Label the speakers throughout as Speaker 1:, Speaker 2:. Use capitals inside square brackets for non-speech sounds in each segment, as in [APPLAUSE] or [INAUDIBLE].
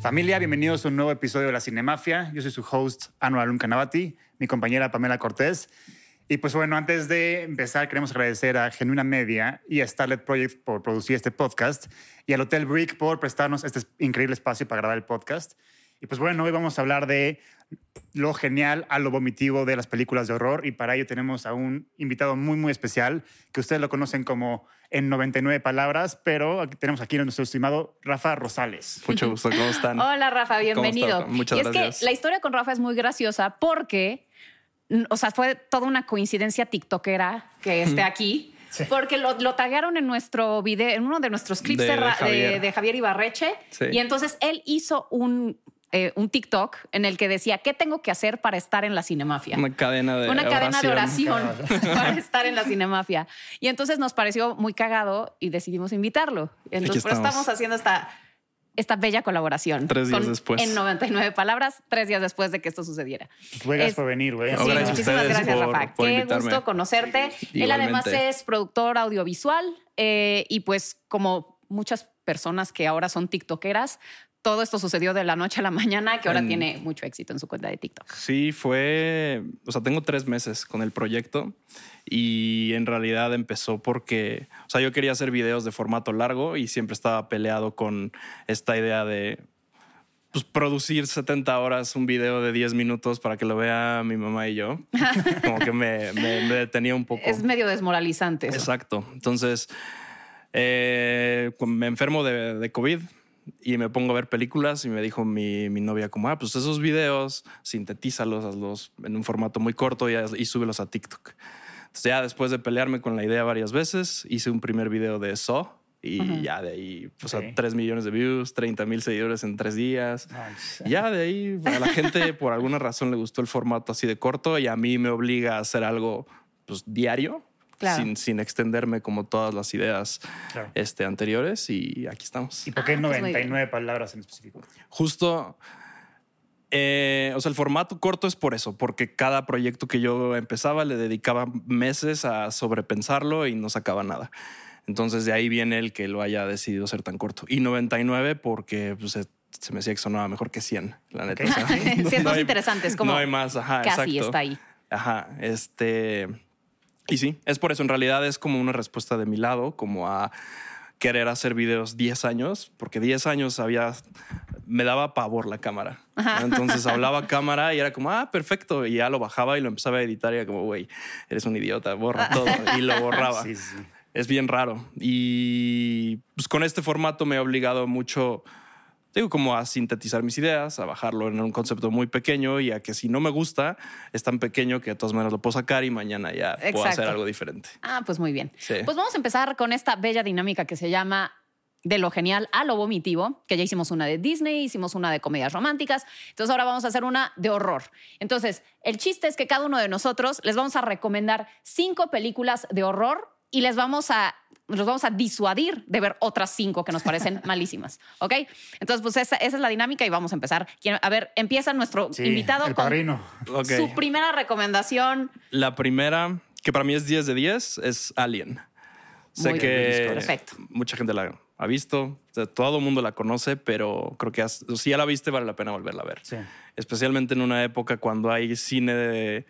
Speaker 1: Familia, bienvenidos a un nuevo episodio de La Cinemafia. Yo soy su host, Anu Alun Canavati, mi compañera Pamela Cortés. Y pues bueno, antes de empezar, queremos agradecer a Genuina Media y a Starlet Project por producir este podcast y al Hotel Brick por prestarnos este increíble espacio para grabar el podcast. Y pues bueno, hoy vamos a hablar de lo genial a lo vomitivo de las películas de horror y para ello tenemos a un invitado muy, muy especial que ustedes lo conocen como en 99 palabras, pero aquí tenemos aquí a nuestro estimado Rafa Rosales.
Speaker 2: Mucho gusto, ¿cómo están?
Speaker 3: Hola Rafa, bienvenido.
Speaker 2: estás? Muchas
Speaker 3: y es
Speaker 2: gracias.
Speaker 3: que la historia con Rafa es muy graciosa porque, mm, o sea, fue toda una coincidencia tiktokera que esté aquí. Porque lo, lo taguearon en nuestro video, en uno de nuestros clips
Speaker 2: De-
Speaker 3: de,
Speaker 2: de
Speaker 3: Ra- de-
Speaker 2: Javier.
Speaker 3: de Javier Ibarreche.
Speaker 2: Sí.
Speaker 3: Y entonces él hizo un, eh, un TikTok en el que decía, ¿qué tengo que hacer para estar en la cinemafia?
Speaker 2: Una cadena de
Speaker 3: una cadena de
Speaker 2: oración.
Speaker 3: oración [LAUGHS] para estar en la cinemafia. Y entonces nos pareció muy cagado y decidimos invitarlo. Entonces, pero
Speaker 2: estamos.
Speaker 3: estamos haciendo esta, esta bella colaboración.
Speaker 2: Tres días
Speaker 3: con-
Speaker 2: después.
Speaker 3: En 99 palabras, tres días después de que esto sucediera.
Speaker 1: Güey, gracias
Speaker 3: Es-
Speaker 1: por venir, güey.
Speaker 3: Sí,
Speaker 2: No, Oh, gracias a
Speaker 3: muchísimas
Speaker 2: ustedes
Speaker 3: gracias,
Speaker 2: por-
Speaker 3: Rafa.
Speaker 2: por
Speaker 3: Qué
Speaker 2: invitarme.
Speaker 3: gusto conocerte. Él
Speaker 2: Igualmente.
Speaker 3: además es productor audiovisual eh, y pues como muchas personas que ahora son tiktokeras, todo esto sucedió de la noche a la mañana, que ahora
Speaker 2: En-
Speaker 3: tiene mucho éxito en su cuenta de TikTok.
Speaker 2: Sí, fue, o sea, tengo tres meses con el proyecto y en realidad empezó porque, o sea, yo quería hacer videos de formato largo y siempre estaba peleado con esta idea de pues, producir 70 horas un video de 10 minutos para que lo vea mi mamá y
Speaker 3: [LAUGHS]
Speaker 2: yo. Como que me, me- me detenía un poco.
Speaker 3: Es medio desmoralizante. eso.
Speaker 2: Exacto. Entonces, eh, cu- me enfermo de, de COVID y me pongo a ver películas y me dijo mi, mi novia como, ah, pues esos videos, sintetízalos, hazlos en un formato muy corto y, haz- y súbelos a TikTok. Entonces ya después de pelearme con la idea varias veces, hice un primer video de eso y ya de ahí, pues
Speaker 1: Ok.
Speaker 2: a 3 millones de views, 30 mil seguidores en tres días.
Speaker 1: Nice.
Speaker 2: [LAUGHS] Ya de ahí a la gente por alguna razón le gustó el formato así de corto y a mí me obliga a hacer algo pues diario
Speaker 3: Claro.
Speaker 2: sin, sin extenderme como todas las ideas
Speaker 1: Claro.
Speaker 2: este, anteriores y aquí estamos.
Speaker 1: ¿Y por qué
Speaker 3: Ah, pues muy
Speaker 1: 99 palabras en específico?
Speaker 2: Justo, eh, o sea, el formato corto es por eso, porque cada proyecto que yo empezaba le dedicaba meses a sobrepensarlo y no sacaba nada. Entonces de ahí viene el que lo haya decidido ser tan corto. Y 99 porque pues, se, se me decía que sonaba mejor que 100, la neta.
Speaker 1: Ok.
Speaker 2: O sea,
Speaker 3: [LAUGHS] Sí, es más
Speaker 2: [LAUGHS]
Speaker 3: interesante, es como
Speaker 2: No hay más, ajá,
Speaker 3: casi
Speaker 2: exacto.
Speaker 3: está ahí.
Speaker 2: Ajá, este... Y sí, es por eso, en realidad es como una respuesta de mi lado, como a querer hacer videos 10 años, porque 10 años había, me daba pavor la cámara.
Speaker 3: [LAUGHS]
Speaker 2: Entonces hablaba a cámara y era como, ah, perfecto. Y ya lo bajaba y lo empezaba a editar y era como, güey, eres un idiota,
Speaker 3: Ah.
Speaker 2: borra todo. Y lo
Speaker 1: [LAUGHS]
Speaker 2: borraba.
Speaker 1: Sí, sí.
Speaker 2: Es bien raro. Y pues con este formato me ha obligado mucho, digo, como a sintetizar mis ideas, a bajarlo en un concepto muy pequeño y a que si no me gusta, es tan pequeño que de todas maneras lo puedo sacar y mañana ya puedo hacer
Speaker 3: Exacto.
Speaker 2: algo diferente.
Speaker 3: Ah, pues muy bien.
Speaker 2: Sí.
Speaker 3: Pues vamos a empezar con esta bella dinámica que se llama de lo genial a lo vomitivo, que ya hicimos una de Disney, hicimos una de comedias románticas, entonces ahora vamos a hacer una de horror. Entonces, el chiste es que cada uno de nosotros les vamos a recomendar cinco películas de horror y les vamos a los vamos a disuadir de ver otras cinco que nos parecen
Speaker 2: [LAUGHS]
Speaker 3: malísimas, ¿ok? Entonces, pues esa, esa es la dinámica y vamos a empezar. ¿Quién- A ver, empieza nuestro
Speaker 1: Sí,
Speaker 3: invitado
Speaker 1: el
Speaker 3: con
Speaker 1: padrino.
Speaker 2: Ok.
Speaker 3: su primera recomendación.
Speaker 2: La primera, que para mí es 10 de 10, es Alien. Sé
Speaker 3: Muy
Speaker 2: que
Speaker 3: bien, perfecto.
Speaker 2: mucha gente la ha visto, o sea, todo el mundo la conoce, pero creo que has- si ya la viste vale la pena volverla a ver.
Speaker 1: Sí.
Speaker 2: Especialmente en una época cuando hay cine de...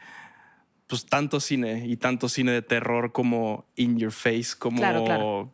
Speaker 2: Pues tanto cine y tanto cine de terror como In Your Face, como
Speaker 3: Claro, claro.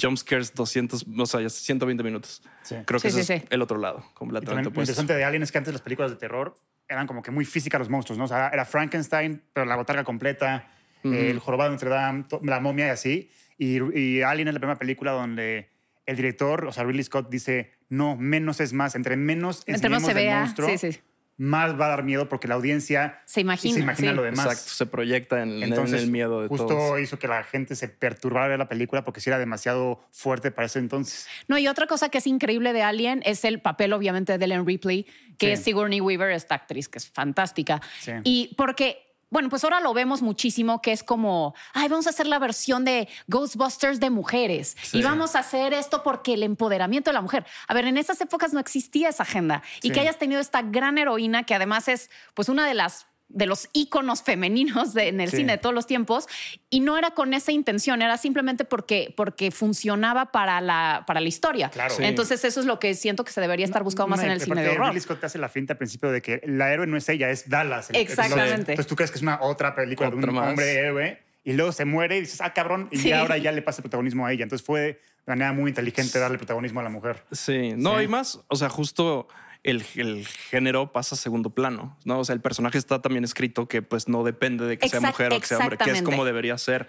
Speaker 2: Jump Scares 200, o sea, 120 minutos.
Speaker 1: Sí.
Speaker 2: Creo que pues.
Speaker 3: Sí,
Speaker 2: ese
Speaker 3: sí,
Speaker 2: es
Speaker 3: sí.
Speaker 2: el otro lado,
Speaker 1: Y
Speaker 2: completamente
Speaker 1: también lo
Speaker 2: opuesto.
Speaker 1: interesante de Alien es que antes las películas de terror eran como que muy físicas los monstruos, ¿no? O sea, era Frankenstein, pero la botarga completa, el jorobado de Notre Dame, to- la momia y así. Y, y Alien es la primera película donde el director, o sea, Ridley Scott dice, no, menos es más, entre menos
Speaker 3: Entre más
Speaker 1: enseñemos
Speaker 3: se
Speaker 1: del
Speaker 3: vea,
Speaker 1: monstruo,
Speaker 3: sí, sí.
Speaker 1: más va a dar miedo porque la audiencia
Speaker 3: Se imagina,
Speaker 1: se imagina
Speaker 3: sí.
Speaker 1: lo demás.
Speaker 2: Exacto, se proyecta en, en
Speaker 1: Entonces,
Speaker 2: el miedo de
Speaker 1: justo
Speaker 2: todos.
Speaker 1: hizo que la gente se perturbara de la película porque sí era demasiado fuerte para ese entonces.
Speaker 3: No, y otra cosa que es increíble de Alien es el papel, obviamente, de Ellen Ripley, que
Speaker 1: Sí.
Speaker 3: es Sigourney Weaver, esta actriz que es fantástica.
Speaker 1: Sí.
Speaker 3: Y porque, bueno, pues ahora lo vemos muchísimo, que es como, ay, vamos a hacer la versión de Ghostbusters de mujeres
Speaker 2: Sí.
Speaker 3: y vamos a hacer esto porque el empoderamiento de la mujer. A ver, en esas épocas no existía esa agenda y
Speaker 1: Sí.
Speaker 3: que hayas tenido esta gran heroína que además es, pues, una de las de los íconos femeninos de- en el
Speaker 1: Sí.
Speaker 3: cine de todos los tiempos y no era con esa intención, era simplemente porque, porque funcionaba para la, para la historia.
Speaker 1: Claro.
Speaker 2: Sí.
Speaker 3: Entonces eso es lo que siento que se debería estar buscado más
Speaker 1: No,
Speaker 3: en
Speaker 1: y
Speaker 3: el cine
Speaker 1: aparte,
Speaker 3: de horror.
Speaker 1: Ridley Scott te hace la finta al principio de que la héroe no es ella, es Dallas. el
Speaker 3: Exactamente.
Speaker 1: episodio. Entonces tú crees que es una otra película de
Speaker 2: Otra
Speaker 1: un
Speaker 2: más.
Speaker 1: hombre héroe y luego se muere y dices, ah, cabrón, y
Speaker 3: Sí.
Speaker 1: ya ahora ya le pasa el protagonismo a ella. Entonces fue de manera muy inteligente darle protagonismo a la mujer.
Speaker 2: Sí, no,
Speaker 1: Sí.
Speaker 2: y más, o sea, justo el, el género pasa a segundo plano, ¿no? O sea, el personaje está también escrito que pues no depende de que sea
Speaker 3: Exact-
Speaker 2: mujer o que sea hombre, que es
Speaker 3: exactamente.
Speaker 2: como debería ser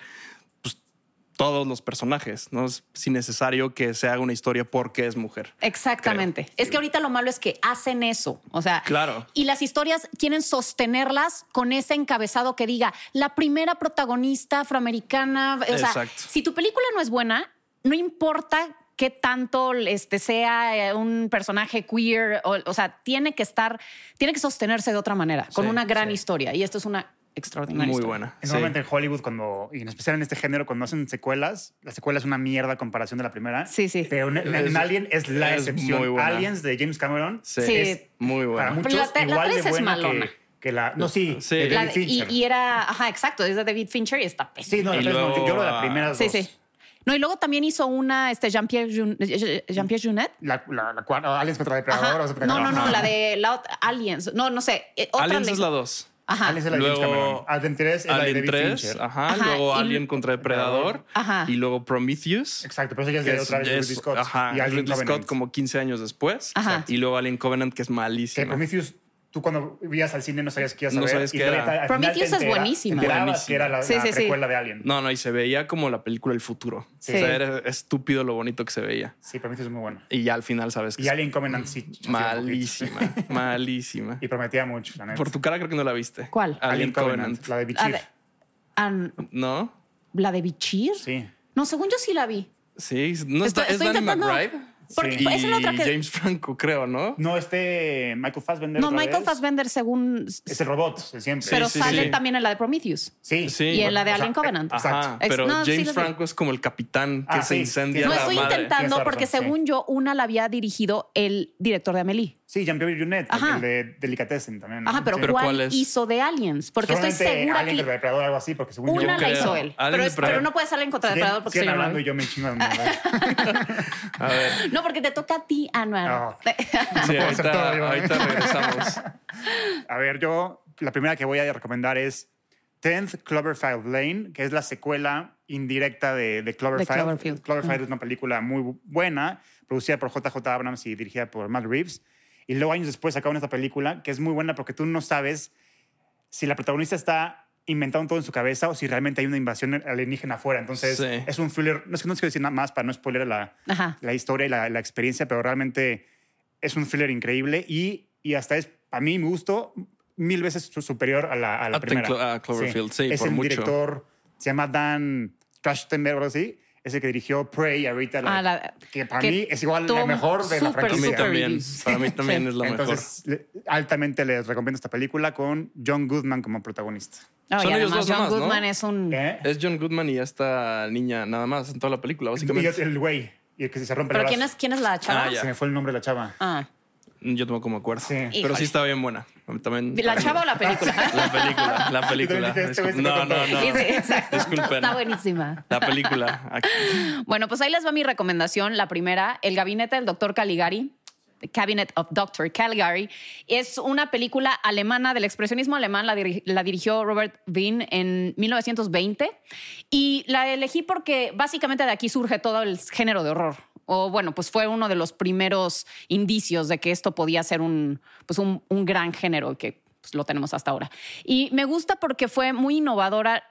Speaker 2: pues, todos los personajes, ¿no? Es innecesario que se haga una historia porque es mujer.
Speaker 3: Exactamente.
Speaker 2: creo.
Speaker 3: Es que ahorita lo malo es que hacen eso. O sea,
Speaker 2: Claro.
Speaker 3: Y las historias quieren sostenerlas con ese encabezado que diga la primera protagonista afroamericana. O sea,
Speaker 2: Exacto.
Speaker 3: si tu película no es buena, no importa qué tanto este, sea eh, un personaje queer. O, o sea, tiene que estar, tiene que sostenerse de otra manera, con
Speaker 2: Sí,
Speaker 3: una gran
Speaker 2: sí.
Speaker 3: historia. Y esto es una extraordinaria
Speaker 2: Muy
Speaker 3: historia.
Speaker 2: buena. sí.
Speaker 1: Normalmente en Hollywood, cuando, y en especial en este género, cuando hacen secuelas, la secuela es una mierda a comparación de la primera.
Speaker 3: Sí, sí.
Speaker 1: Pero en, en
Speaker 2: Es-
Speaker 1: Alien es la
Speaker 2: es
Speaker 1: excepción.
Speaker 2: muy buena.
Speaker 1: Aliens de James Cameron.
Speaker 2: Sí,
Speaker 3: Sí.
Speaker 2: es muy
Speaker 1: Para
Speaker 2: buena.
Speaker 1: muchos,
Speaker 3: la te- la
Speaker 1: igual
Speaker 3: tres
Speaker 1: de
Speaker 3: es
Speaker 1: buena
Speaker 3: malona.
Speaker 1: que, que la. No, sí.
Speaker 2: Sí.
Speaker 1: de
Speaker 3: La
Speaker 1: David
Speaker 3: de- y,
Speaker 1: Fincher.
Speaker 3: y era, ajá, exacto, es de David Fincher y está pésima.
Speaker 1: Sí, no, la
Speaker 2: Y
Speaker 1: tres no,
Speaker 2: luego,
Speaker 1: yo, yo hablo de
Speaker 2: ah,
Speaker 1: las primeras
Speaker 3: Sí,
Speaker 1: dos.
Speaker 3: sí. No, y luego también hizo una este Jean-Pierre Jun- eh, Jean-Pierre Junet.
Speaker 1: La, la, la cuarta, Aliens contra
Speaker 3: Ajá.
Speaker 1: Depredador. o sea,
Speaker 3: No, no, no,
Speaker 1: Ajá.
Speaker 3: la de la ot- Aliens. No, no sé. eh, Otra
Speaker 2: Aliens
Speaker 3: le-
Speaker 2: es la 2.
Speaker 3: Ajá.
Speaker 1: Aliens es la de James Cameron.
Speaker 2: Luego
Speaker 1: Alien 3 es la de
Speaker 2: Alien
Speaker 1: David
Speaker 2: 3,
Speaker 1: Fincher.
Speaker 2: ajá,
Speaker 3: Ajá,
Speaker 2: luego
Speaker 3: y-
Speaker 2: Alien contra Depredador
Speaker 3: Ajá.
Speaker 2: y luego Prometheus.
Speaker 1: Exacto, pero eso ya es
Speaker 2: que
Speaker 1: de
Speaker 2: es-
Speaker 1: otra vez
Speaker 2: ya
Speaker 1: de
Speaker 2: es-
Speaker 1: Ridley Scott.
Speaker 2: Ajá,
Speaker 1: y
Speaker 2: es
Speaker 1: Alien
Speaker 2: Ridley Scott
Speaker 1: Covenant.
Speaker 2: como 15 años después.
Speaker 3: Ajá.
Speaker 2: Y luego Alien Covenant, que es
Speaker 1: Que
Speaker 2: malísimo.
Speaker 1: Prometheus, tú cuando vías al cine no sabías qué ibas a
Speaker 2: No
Speaker 1: ver.
Speaker 2: sabías
Speaker 1: y
Speaker 2: qué
Speaker 1: la
Speaker 2: era.
Speaker 1: neta, al final te
Speaker 3: Prometheus es
Speaker 1: entera-
Speaker 3: buenísima.
Speaker 1: Te enterabas que era la,
Speaker 3: Sí,
Speaker 1: la
Speaker 3: sí, sí.
Speaker 1: precuela de Alien.
Speaker 2: No, no, y se veía como la película El Futuro.
Speaker 3: Sí.
Speaker 2: O sea, era estúpido lo bonito que se veía.
Speaker 1: Sí, Prometheus es muy bueno.
Speaker 2: Y ya al final sabes que
Speaker 1: Y Alien Covenant sí.
Speaker 2: es
Speaker 1: chafea un poquito.
Speaker 2: malísima,
Speaker 1: [LAUGHS]
Speaker 2: malísima.
Speaker 1: Y prometía mucho, la neta.
Speaker 2: Por tu cara creo que no la viste.
Speaker 3: ¿Cuál?
Speaker 2: Alien, Covenant.
Speaker 1: La de
Speaker 3: Ah,
Speaker 1: Bichir.
Speaker 3: de- an-
Speaker 2: ¿No?
Speaker 3: ¿La de Bichir?
Speaker 1: Sí.
Speaker 3: No, según yo sí la vi.
Speaker 2: Sí, no
Speaker 3: Estoy-
Speaker 2: está, es
Speaker 3: estoy
Speaker 2: Danny
Speaker 3: intentando-
Speaker 2: McBride.
Speaker 3: Porque
Speaker 1: Sí.
Speaker 2: Y
Speaker 3: es la otra que.
Speaker 2: James Franco, creo, ¿no?
Speaker 1: No, este Michael Fassbender.
Speaker 3: no,
Speaker 1: otra
Speaker 3: Michael
Speaker 1: vez.
Speaker 3: Fassbender, según.
Speaker 1: Es el robot, el siempre.
Speaker 3: pero
Speaker 2: sí,
Speaker 3: sale
Speaker 2: sí.
Speaker 3: también en la de Prometheus.
Speaker 1: Sí.
Speaker 2: Sí.
Speaker 3: Y en la de
Speaker 1: O sea, eh,
Speaker 3: Alien Covenant.
Speaker 2: Ajá,
Speaker 1: Exacto.
Speaker 2: pero
Speaker 3: Ex- no, sí
Speaker 2: James
Speaker 3: los vi.
Speaker 2: Franco es como el capitán que
Speaker 1: Ah,
Speaker 2: se
Speaker 1: sí,
Speaker 2: incendia
Speaker 3: No
Speaker 1: tienes
Speaker 2: la
Speaker 3: estoy
Speaker 2: madre.
Speaker 3: intentando
Speaker 1: Tienes
Speaker 3: porque,
Speaker 1: razón, sí.
Speaker 3: según yo, una la había dirigido el director de Amelie.
Speaker 1: Sí, Jean-Pierre Junet,
Speaker 3: Ajá.
Speaker 1: el de Delicatessen también. ¿no?
Speaker 3: Ajá, pero,
Speaker 1: Mm, Sí.
Speaker 2: Pero
Speaker 3: ¿cuál,
Speaker 2: ¿cuál es?
Speaker 3: hizo de Aliens? Porque estoy
Speaker 1: Solamente
Speaker 3: segura
Speaker 1: Alien
Speaker 3: que.
Speaker 1: contra Depredador algo así, porque según
Speaker 3: Una
Speaker 1: yo...
Speaker 3: la
Speaker 2: creo.
Speaker 3: hizo él.
Speaker 2: Alien
Speaker 3: Pero, es-
Speaker 2: Depredador.
Speaker 3: pero no puede ser en contra de
Speaker 1: Siguen-
Speaker 3: Depredador porque
Speaker 1: siguen
Speaker 3: soy
Speaker 1: hablando y yo me chingo. a mi
Speaker 3: [LAUGHS]
Speaker 1: madre.
Speaker 2: A ver,
Speaker 3: No, porque te toca a ti, ah, Anuar.
Speaker 1: No.
Speaker 2: sí,
Speaker 1: puedo hacer
Speaker 2: ahorita,
Speaker 1: todo yo, ¿eh?
Speaker 2: ahorita regresamos.
Speaker 1: A ver, yo la primera que voy a recomendar es 10th Cloverfield Lane, que es la secuela indirecta de, de Cloverfield.
Speaker 3: Cloverfield.
Speaker 1: Cloverfield es una película muy bu- buena, producida por JJ Abrams y dirigida por Matt Reeves. Y luego años después sacaron esta película, que es muy buena porque tú no sabes si la protagonista está inventando todo en su cabeza o si realmente hay una invasión alienígena afuera. Entonces
Speaker 2: Sí.
Speaker 1: es un thriller. No es que no quiero decir nada más para no spoiler la,
Speaker 3: Ajá.
Speaker 1: la historia y la, la experiencia, pero realmente es un thriller increíble y, y hasta es, a mí me gustó mil veces su- superior a la, a la
Speaker 2: A Ah, Ten
Speaker 1: primera.
Speaker 2: Clo- a Cloverfield, sí,
Speaker 1: Es
Speaker 2: por
Speaker 1: el
Speaker 2: mucho.
Speaker 1: director, se llama Dan Trachtenberg o algo así, es el que dirigió Prey ahorita, la-
Speaker 3: Ah, la-
Speaker 1: que para
Speaker 3: que
Speaker 1: mí es igual
Speaker 3: tuvo
Speaker 1: la mejor de la
Speaker 3: súper,
Speaker 2: A mí
Speaker 1: franquicia.
Speaker 3: súper
Speaker 2: también,
Speaker 3: reviews.
Speaker 2: para mí también
Speaker 3: [LAUGHS] Sí.
Speaker 2: es la
Speaker 1: Entonces, le- altamente les recomiendo esta película con John Goodman como protagonista.
Speaker 3: No,
Speaker 2: Son
Speaker 3: y
Speaker 2: ellos dos
Speaker 3: además, John
Speaker 2: nomás, ¿no?
Speaker 3: Goodman es un.
Speaker 1: ¿Eh?
Speaker 2: mejor. Mm. Es John Goodman y esta niña nada más en toda la película,
Speaker 1: Y
Speaker 2: básicamente.
Speaker 1: es el güey, y el que se rompe el
Speaker 3: ¿Pero quién es,
Speaker 1: brazo.
Speaker 3: quién es la chava?
Speaker 2: Ah, ya.
Speaker 1: Se me fue el nombre de la chava.
Speaker 3: Ah.
Speaker 2: Yo tampoco me acuerdo.
Speaker 1: Sí.
Speaker 2: Pero
Speaker 3: Híjole.
Speaker 2: sí está bien buena. También,
Speaker 3: ¿La chava o [LAUGHS] la película?
Speaker 2: [LAUGHS] La película, la película.
Speaker 1: dije, este güey se
Speaker 2: Discul- No,
Speaker 1: contó
Speaker 2: no,
Speaker 1: todo.
Speaker 2: no.
Speaker 3: Sí, sí, exacto.
Speaker 2: Disculpen.
Speaker 3: Está buenísima.
Speaker 2: La película. Aquí.
Speaker 3: Bueno, pues ahí les va mi recomendación. La primera, El gabinete del doctor Caligari. The Cabinet of Dr. Caligari es una película alemana del expresionismo alemán, la, diri- la dirigió Robert Wien en 1920 y la elegí porque básicamente de aquí surge todo el género de horror. O bueno, pues fue uno de los primeros indicios de que esto podía ser un, pues un, un gran género que pues, lo tenemos hasta ahora. Y me gusta porque fue muy innovadora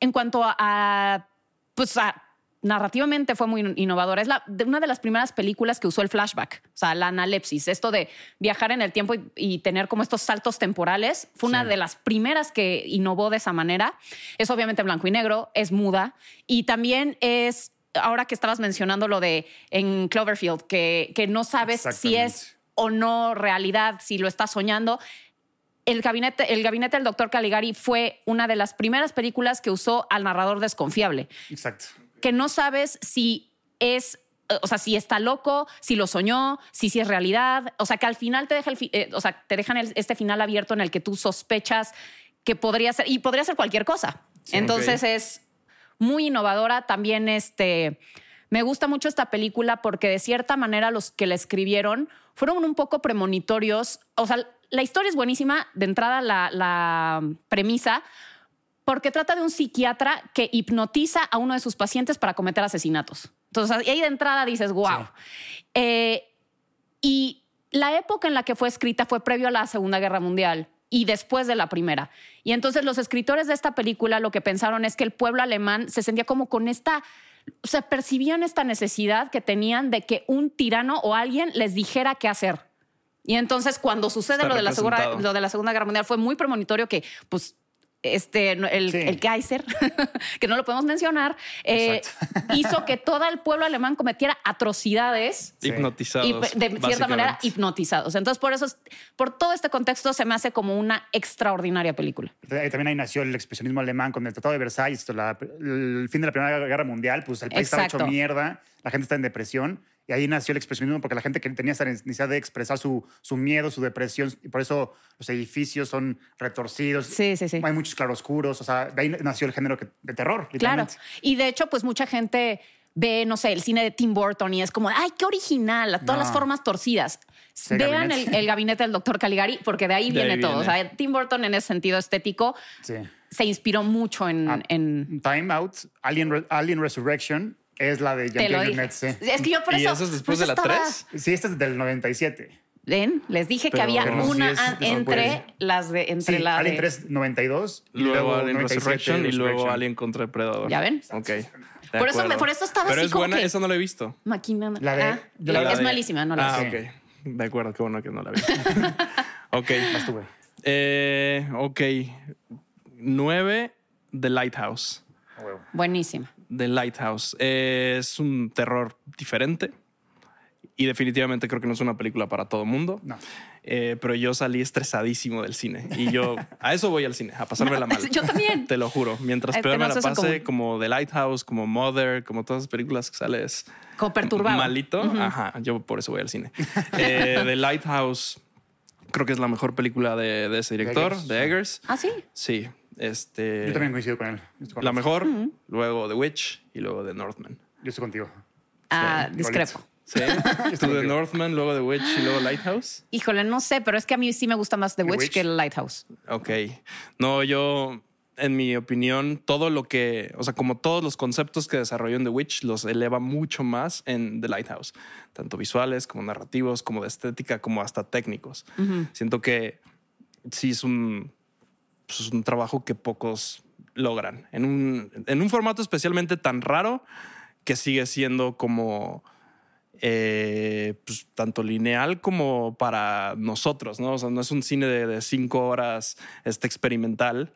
Speaker 3: en cuanto a- a pues a narrativamente fue muy innovadora. Es la, de- una de las primeras películas que usó el flashback, o sea, la analepsis, esto de viajar en el tiempo y, y tener como estos saltos temporales. Fue una
Speaker 1: Sí.
Speaker 3: de las primeras que innovó de esa manera. Es obviamente blanco y negro, es muda y también es. Ahora que estabas mencionando lo de en Cloverfield, que, que no sabes si es
Speaker 1: Exactamente.
Speaker 3: o no realidad, si lo estás soñando, el gabinete, el gabinete del doctor Caligari fue una de las primeras películas que usó al narrador desconfiable,
Speaker 1: Exacto.
Speaker 3: que no sabes si es, eh, o sea, si está loco, si lo soñó, si, si es realidad, o sea, que al final te, deja el fi- eh, o sea, te dejan el- este final abierto en el que tú sospechas que podría ser, y podría ser cualquier cosa.
Speaker 2: Sí,
Speaker 3: Entonces
Speaker 2: ok.
Speaker 3: es muy innovadora. También este, me gusta mucho esta película porque de cierta manera los que la escribieron fueron un poco premonitorios. O sea, la historia es buenísima. De entrada, la, la premisa, porque trata de un psiquiatra que hipnotiza a uno de sus pacientes para cometer asesinatos. Entonces, ahí de entrada dices, wow. y la época en la que fue escrita fue previo a la Segunda Guerra Mundial y después de la Primera. Y entonces los escritores de esta película lo que pensaron es que el pueblo alemán se sentía como con esta, o sea, percibían esta necesidad que tenían de que un tirano o alguien les dijera qué hacer. Y entonces cuando sucede
Speaker 2: Está
Speaker 3: lo de, la segura,
Speaker 2: representado.
Speaker 3: lo de la Segunda Guerra Mundial fue muy premonitorio que, pues, este, no, el,
Speaker 1: Sí.
Speaker 3: el Kaiser, [LAUGHS] que no lo podemos mencionar, eh, [LAUGHS] hizo que todo el pueblo alemán cometiera atrocidades
Speaker 1: Sí.
Speaker 2: Hipnotizados.
Speaker 3: y de cierta manera
Speaker 2: básicamente.
Speaker 3: hipnotizados. Entonces, por eso, es- por todo este contexto, se me hace como una extraordinaria película.
Speaker 1: Eh, También ahí nació el expresionismo alemán con el Tratado de Versalles, esto, la- el fin de la Primera Guerra Mundial, pues el país
Speaker 3: Exacto.
Speaker 1: estaba hecho mierda, la gente está en depresión y ahí nació el expresionismo porque la gente que tenía esa necesidad de expresar su, su miedo, su depresión y por eso los edificios son retorcidos.
Speaker 3: Sí, sí, sí.
Speaker 1: Hay muchos claroscuros, o sea, de ahí nació el género que- de terror,
Speaker 3: Claro.
Speaker 1: literalmente.
Speaker 3: Y de hecho, pues mucha gente ve, no sé, el cine de Tim Burton y es como, ay, qué original, a todas
Speaker 1: No.
Speaker 3: las formas torcidas.
Speaker 1: Ese
Speaker 3: Vean
Speaker 1: gabinete.
Speaker 3: el, el gabinete del doctor Caligari, porque de ahí
Speaker 2: De ahí
Speaker 3: viene todo.
Speaker 2: viene.
Speaker 3: O sea, Tim Burton en ese sentido estético
Speaker 1: Sí.
Speaker 3: se inspiró mucho en...
Speaker 1: Ah,
Speaker 3: en-
Speaker 1: Time Out, Alien, Re- Alien Resurrection es la de
Speaker 3: te lo
Speaker 1: Jean-Pierre
Speaker 3: dije.
Speaker 1: Jeunet, sí.
Speaker 3: Es que yo por
Speaker 2: ¿Y
Speaker 3: eso...
Speaker 2: eso es
Speaker 3: por
Speaker 2: después de la
Speaker 3: estaba-
Speaker 2: 3?
Speaker 1: Sí, esta es del 97.
Speaker 3: Ven, les dije
Speaker 2: Pero-
Speaker 3: que había
Speaker 2: Pero sí
Speaker 3: una
Speaker 1: es
Speaker 3: an-
Speaker 1: después.
Speaker 3: entre las de... Entre
Speaker 1: Sí,
Speaker 3: la
Speaker 1: Alien
Speaker 3: de-
Speaker 1: 3, 92. y
Speaker 2: Luego Alien
Speaker 1: 97,
Speaker 2: Resurrection y luego
Speaker 1: Resurrection.
Speaker 2: Alien contra el Predador.
Speaker 3: ¿Ya ven?
Speaker 2: Ok. de
Speaker 3: Por eso me-
Speaker 2: acuerdo.
Speaker 3: por eso estaba
Speaker 2: Pero
Speaker 3: así
Speaker 2: es
Speaker 3: como
Speaker 2: buena,
Speaker 3: que-
Speaker 2: esa no la he visto.
Speaker 3: Maquinando.
Speaker 1: La de-
Speaker 3: Ah,
Speaker 1: de la-
Speaker 3: es
Speaker 1: la
Speaker 2: de-
Speaker 3: malísima, no la
Speaker 2: Ah,
Speaker 3: sé.
Speaker 1: sé.
Speaker 2: ok. De acuerdo, qué bueno que no la
Speaker 3: [LAUGHS]
Speaker 2: vi. ok.
Speaker 1: Estuve.
Speaker 2: Eh, ok. 9, The Lighthouse.
Speaker 1: A huevo.
Speaker 3: Buenísima.
Speaker 2: The Lighthouse. Eh, es un terror diferente y definitivamente creo que no es una película para todo mundo.
Speaker 1: No.
Speaker 2: Eh, pero yo salí estresadísimo del cine y yo a eso voy al cine, a pasármela mal.
Speaker 3: [LAUGHS] Yo
Speaker 2: [LAUGHS]
Speaker 3: también. Este,
Speaker 2: Te lo juro. Mientras
Speaker 3: Es que
Speaker 2: peor me la
Speaker 3: tenemos eso en
Speaker 2: pase,
Speaker 3: común.
Speaker 2: como The Lighthouse, como Mother, como todas las películas que sales
Speaker 3: Como perturbado.
Speaker 2: malito. Ajá, yo por eso voy al
Speaker 3: [LAUGHS]
Speaker 2: cine. Eh, The Lighthouse creo que es la mejor película de, de ese director,
Speaker 1: Eggers.
Speaker 2: de Eggers.
Speaker 3: ¿Ah, sí?
Speaker 2: Sí, este.
Speaker 1: Yo también coincido con él. Yo estoy con-
Speaker 2: La mejor, luego The Witch y luego The Northman.
Speaker 1: Yo estoy contigo.
Speaker 3: Ah,
Speaker 1: Sí,
Speaker 3: discrepo.
Speaker 1: igualito.
Speaker 2: [LAUGHS] Sí. Tú The Northman, luego The Witch y luego Lighthouse.
Speaker 3: Híjole, no sé, pero es que a mí sí me gusta más The
Speaker 1: The
Speaker 3: Witch,
Speaker 1: Witch.
Speaker 3: que el Lighthouse.
Speaker 2: Ok. No, yo, en mi opinión, todo lo que, o sea, como todos los conceptos que desarrolló en The Witch, los eleva mucho más en The Lighthouse, tanto visuales como narrativos, como de estética, como hasta técnicos. Siento que sí es un, pues, es un trabajo que pocos logran en un, en un formato especialmente tan raro que sigue siendo como eh, pues, tanto lineal como para nosotros, ¿no? O sea, no es un cine de, de cinco horas este, experimental,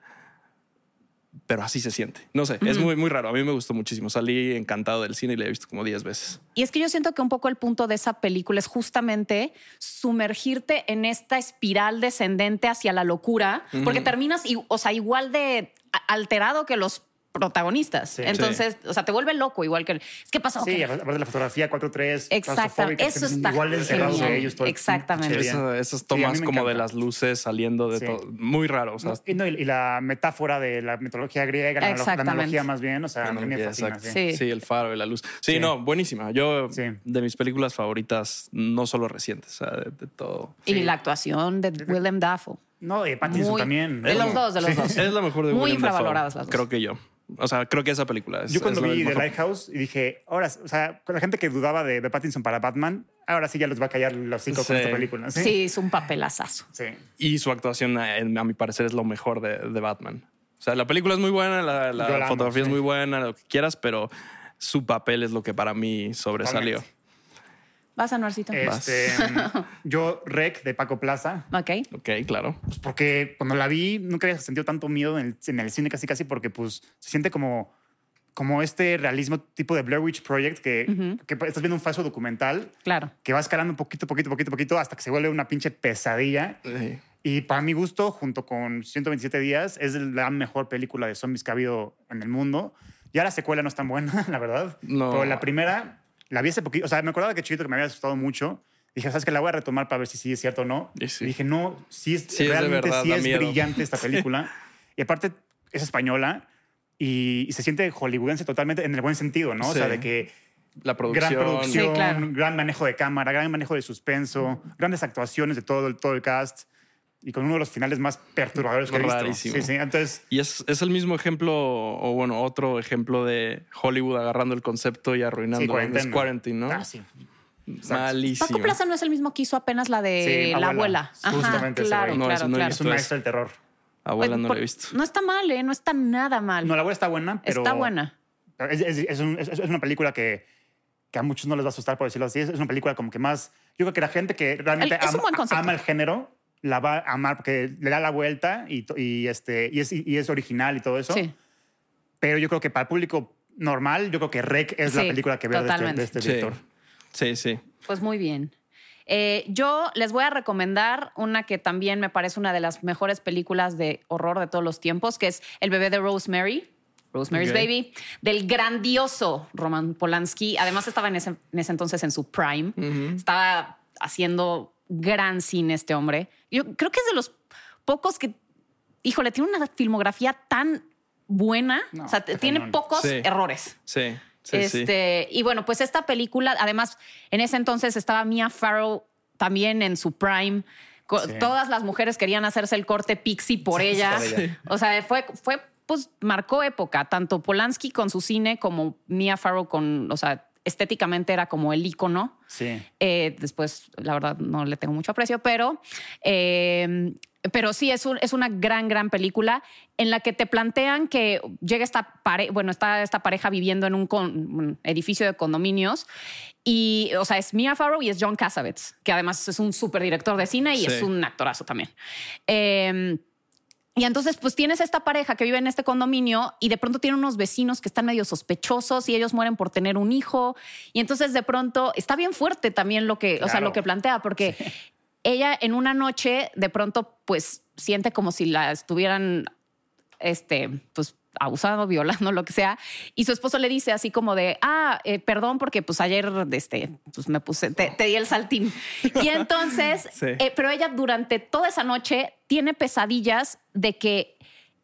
Speaker 2: pero así se siente. No sé, es muy, muy raro. A mí me gustó muchísimo. Salí encantado del cine y la he visto como 10 veces.
Speaker 3: Y es que yo siento que un poco el punto de esa película es justamente sumergirte en esta espiral descendente hacia la locura, porque terminas, i- o sea, igual de a- alterado que los protagonistas. Entonces, o sea, te vuelve loco igual que... el- Es que pasó...
Speaker 1: Sí,
Speaker 3: que-
Speaker 1: aparte de la fotografía 4-3.
Speaker 3: Exacto,
Speaker 1: claustofóbica,
Speaker 3: eso
Speaker 1: que
Speaker 3: está
Speaker 1: Igual encerrados
Speaker 2: genial.
Speaker 1: de ellos todo el
Speaker 3: Exactamente.
Speaker 1: pinche día.
Speaker 2: Esa- esas
Speaker 1: Sí, a mí
Speaker 2: tomas
Speaker 1: me
Speaker 2: como de
Speaker 1: encanta.
Speaker 2: las luces saliendo de
Speaker 1: Sí.
Speaker 2: todo. Muy raro. O sea,
Speaker 1: No, y, no, y la metáfora de la mitología griega, la, analog- la
Speaker 3: Exactamente.
Speaker 1: analogía más bien, o sea, a mí me
Speaker 2: Analogía,
Speaker 1: fascina.
Speaker 2: exacto.
Speaker 1: sí.
Speaker 3: Sí.
Speaker 2: Sí. el faro y la luz. Sí,
Speaker 1: Sí.
Speaker 2: no, buenísima. Yo,
Speaker 1: Sí.
Speaker 2: de mis películas favoritas, no solo recientes, o sea, de, de todo.
Speaker 3: Y la actuación de Willem Dafoe.
Speaker 1: No, y Pattinson
Speaker 3: Muy-
Speaker 1: también.
Speaker 3: de
Speaker 1: ¿no?
Speaker 3: los dos, de los dos.
Speaker 2: Es la mejor de
Speaker 3: Muy
Speaker 2: Willem Dafoe,
Speaker 3: infravaloradas las dos.
Speaker 2: Creo que yo. O sea, creo que esa película es.
Speaker 1: Yo cuando
Speaker 2: es la
Speaker 1: vi The
Speaker 2: mejor.
Speaker 1: Lighthouse y dije, ahora, o sea, con la gente que dudaba de, de Pattinson para Batman, ahora sí ya les va a callar los cinco con
Speaker 2: Sí.
Speaker 1: esta película.
Speaker 3: Sí,
Speaker 1: ¿Ah, Sí.
Speaker 3: es un papelazazo.
Speaker 1: Sí.
Speaker 2: Y su actuación, a, en- a mi parecer, es lo mejor de, de Batman. O sea, la película es muy buena, la, la
Speaker 1: Yo la amo,
Speaker 2: fotografía es
Speaker 1: sí.
Speaker 2: muy buena, lo que quieras, pero su papel es lo que para mí sobresalió.
Speaker 3: Vas, Anuarcito.
Speaker 1: Este,
Speaker 3: [LAUGHS]
Speaker 1: yo, Rec, de Paco Plaza,
Speaker 3: Ok.
Speaker 2: Ok, claro.
Speaker 1: pues porque cuando la vi nunca había sentido tanto miedo en el, en el cine casi casi porque pues se siente como como este realismo tipo de Blair Witch Project que, que estás viendo un falso documental
Speaker 3: Claro.
Speaker 1: que va escalando poquito, poquito, poquito, poquito hasta que se vuelve una pinche pesadilla.
Speaker 2: Sí.
Speaker 1: Y para mi gusto, junto con 127 días, es la mejor película de zombies que ha habido en el mundo. Ya la secuela no es tan buena, [LAUGHS] la verdad.
Speaker 2: No.
Speaker 1: Pero la primera, la vi hace poquito. O sea, me acordaba que chiquito que me había asustado mucho. Dije, ¿sabes qué? La voy a retomar para ver si sí es cierto o no.
Speaker 2: Y sí.
Speaker 1: Dije, no, sí es,
Speaker 2: Sí es de
Speaker 1: realmente
Speaker 2: verdad,
Speaker 1: sí
Speaker 2: da
Speaker 1: es
Speaker 2: miedo.
Speaker 1: brillante
Speaker 2: [LAUGHS]
Speaker 1: esta película. y aparte, es española y, y se siente hollywoodense totalmente en el buen sentido, ¿no? O sea,
Speaker 2: Sí.
Speaker 1: de que
Speaker 2: La producción.
Speaker 1: gran producción,
Speaker 3: Sí, claro.
Speaker 1: gran manejo de cámara, gran manejo de suspenso, grandes actuaciones de todo el, todo el cast y con uno de los finales más perturbadores que he visto.
Speaker 2: Rarísimo.
Speaker 1: Sí, sí. Entonces,
Speaker 2: Y es, es el mismo ejemplo, o bueno, otro ejemplo de Hollywood agarrando el concepto y arruinando
Speaker 1: sí,
Speaker 2: es
Speaker 1: cuarentena.
Speaker 2: Quarantine, ¿no?
Speaker 1: Ah, sí. Exacto.
Speaker 2: Malísimo.
Speaker 3: Paco Plaza no es el mismo que hizo apenas la de
Speaker 1: Sí,
Speaker 3: Eh, la abuela.
Speaker 1: abuela. Justamente ese
Speaker 3: claro,
Speaker 1: güey.
Speaker 2: No,
Speaker 3: claro,
Speaker 2: eso no
Speaker 3: claro.
Speaker 1: Es un
Speaker 2: Entonces-
Speaker 1: maestro del terror.
Speaker 2: Abuela
Speaker 3: Pues,
Speaker 2: no
Speaker 3: por-
Speaker 2: la he visto.
Speaker 3: No está mal, ¿eh? No está nada mal.
Speaker 1: No, la abuela está buena, pero...
Speaker 3: está buena.
Speaker 1: pero Es, es- es un- es- es una película que, que a muchos no les va a asustar, por decirlo así. Es, es una película como que más... Yo creo que la gente que realmente
Speaker 3: El- es un
Speaker 1: ama,
Speaker 3: buen concepto.
Speaker 1: ama el género la va a amar porque le da la vuelta y, to- y, este, y, es, y es original y todo eso.
Speaker 3: Sí.
Speaker 1: pero yo creo que para el público normal, yo creo que Rec es la
Speaker 3: Sí,
Speaker 1: película que veo de este,
Speaker 3: totalmente.
Speaker 1: de este
Speaker 2: Sí.
Speaker 1: director.
Speaker 2: Sí, sí.
Speaker 3: Pues muy bien. Eh, yo les voy a recomendar una que también me parece una de las mejores películas de horror de todos los tiempos, que es El bebé de Rosemary. Rosemary's
Speaker 2: Ok.
Speaker 3: Baby, del grandioso Roman Polanski. Además estaba en ese, en ese entonces en su prime.
Speaker 1: Mm.
Speaker 3: Estaba haciendo gran cine este hombre. Yo creo que es de los pocos que, híjole, tiene una filmografía tan buena.
Speaker 1: No,
Speaker 3: o sea,
Speaker 1: está
Speaker 3: tiene
Speaker 1: cañón.
Speaker 3: pocos
Speaker 2: Sí.
Speaker 3: errores.
Speaker 2: Sí, sí, sí.
Speaker 3: Este, Y bueno, pues esta película, además, en ese entonces estaba Mia Farrow también en su prime. Co-
Speaker 1: Sí.
Speaker 3: Todas las mujeres querían hacerse el corte pixie por ella.
Speaker 1: ella.
Speaker 3: O sea, fue, fue, pues marcó época, tanto Polanski con su cine como Mia Farrow con, o sea, estéticamente era como el ícono.
Speaker 1: Sí.
Speaker 3: Eh, después, la verdad, no le tengo mucho aprecio, pero, eh, pero sí, es, un- es una gran, gran película en la que te plantean que llega esta, pare bueno, está esta pareja viviendo en un, con- un edificio de condominios y, o sea, es Mia Farrow y es John Cassavetes, que además es un súper director de cine y
Speaker 2: Sí.
Speaker 3: es un actorazo también. Eh, y entonces, pues tienes esta pareja que vive en este condominio y de pronto tiene unos vecinos que están medio sospechosos y ellos mueren por tener un hijo. Y entonces, de pronto, está bien fuerte también lo que, o sea,
Speaker 1: Claro.
Speaker 3: lo que plantea, porque ella en una noche, de pronto, pues siente como si la estuvieran, este, pues abusando, violando, lo que sea. Y su esposo le dice así como de, ah, eh, perdón, porque pues ayer, este, pues me puse, te, te di el saltín. Y entonces,
Speaker 2: Sí.
Speaker 3: eh, pero ella durante toda esa noche tiene pesadillas de que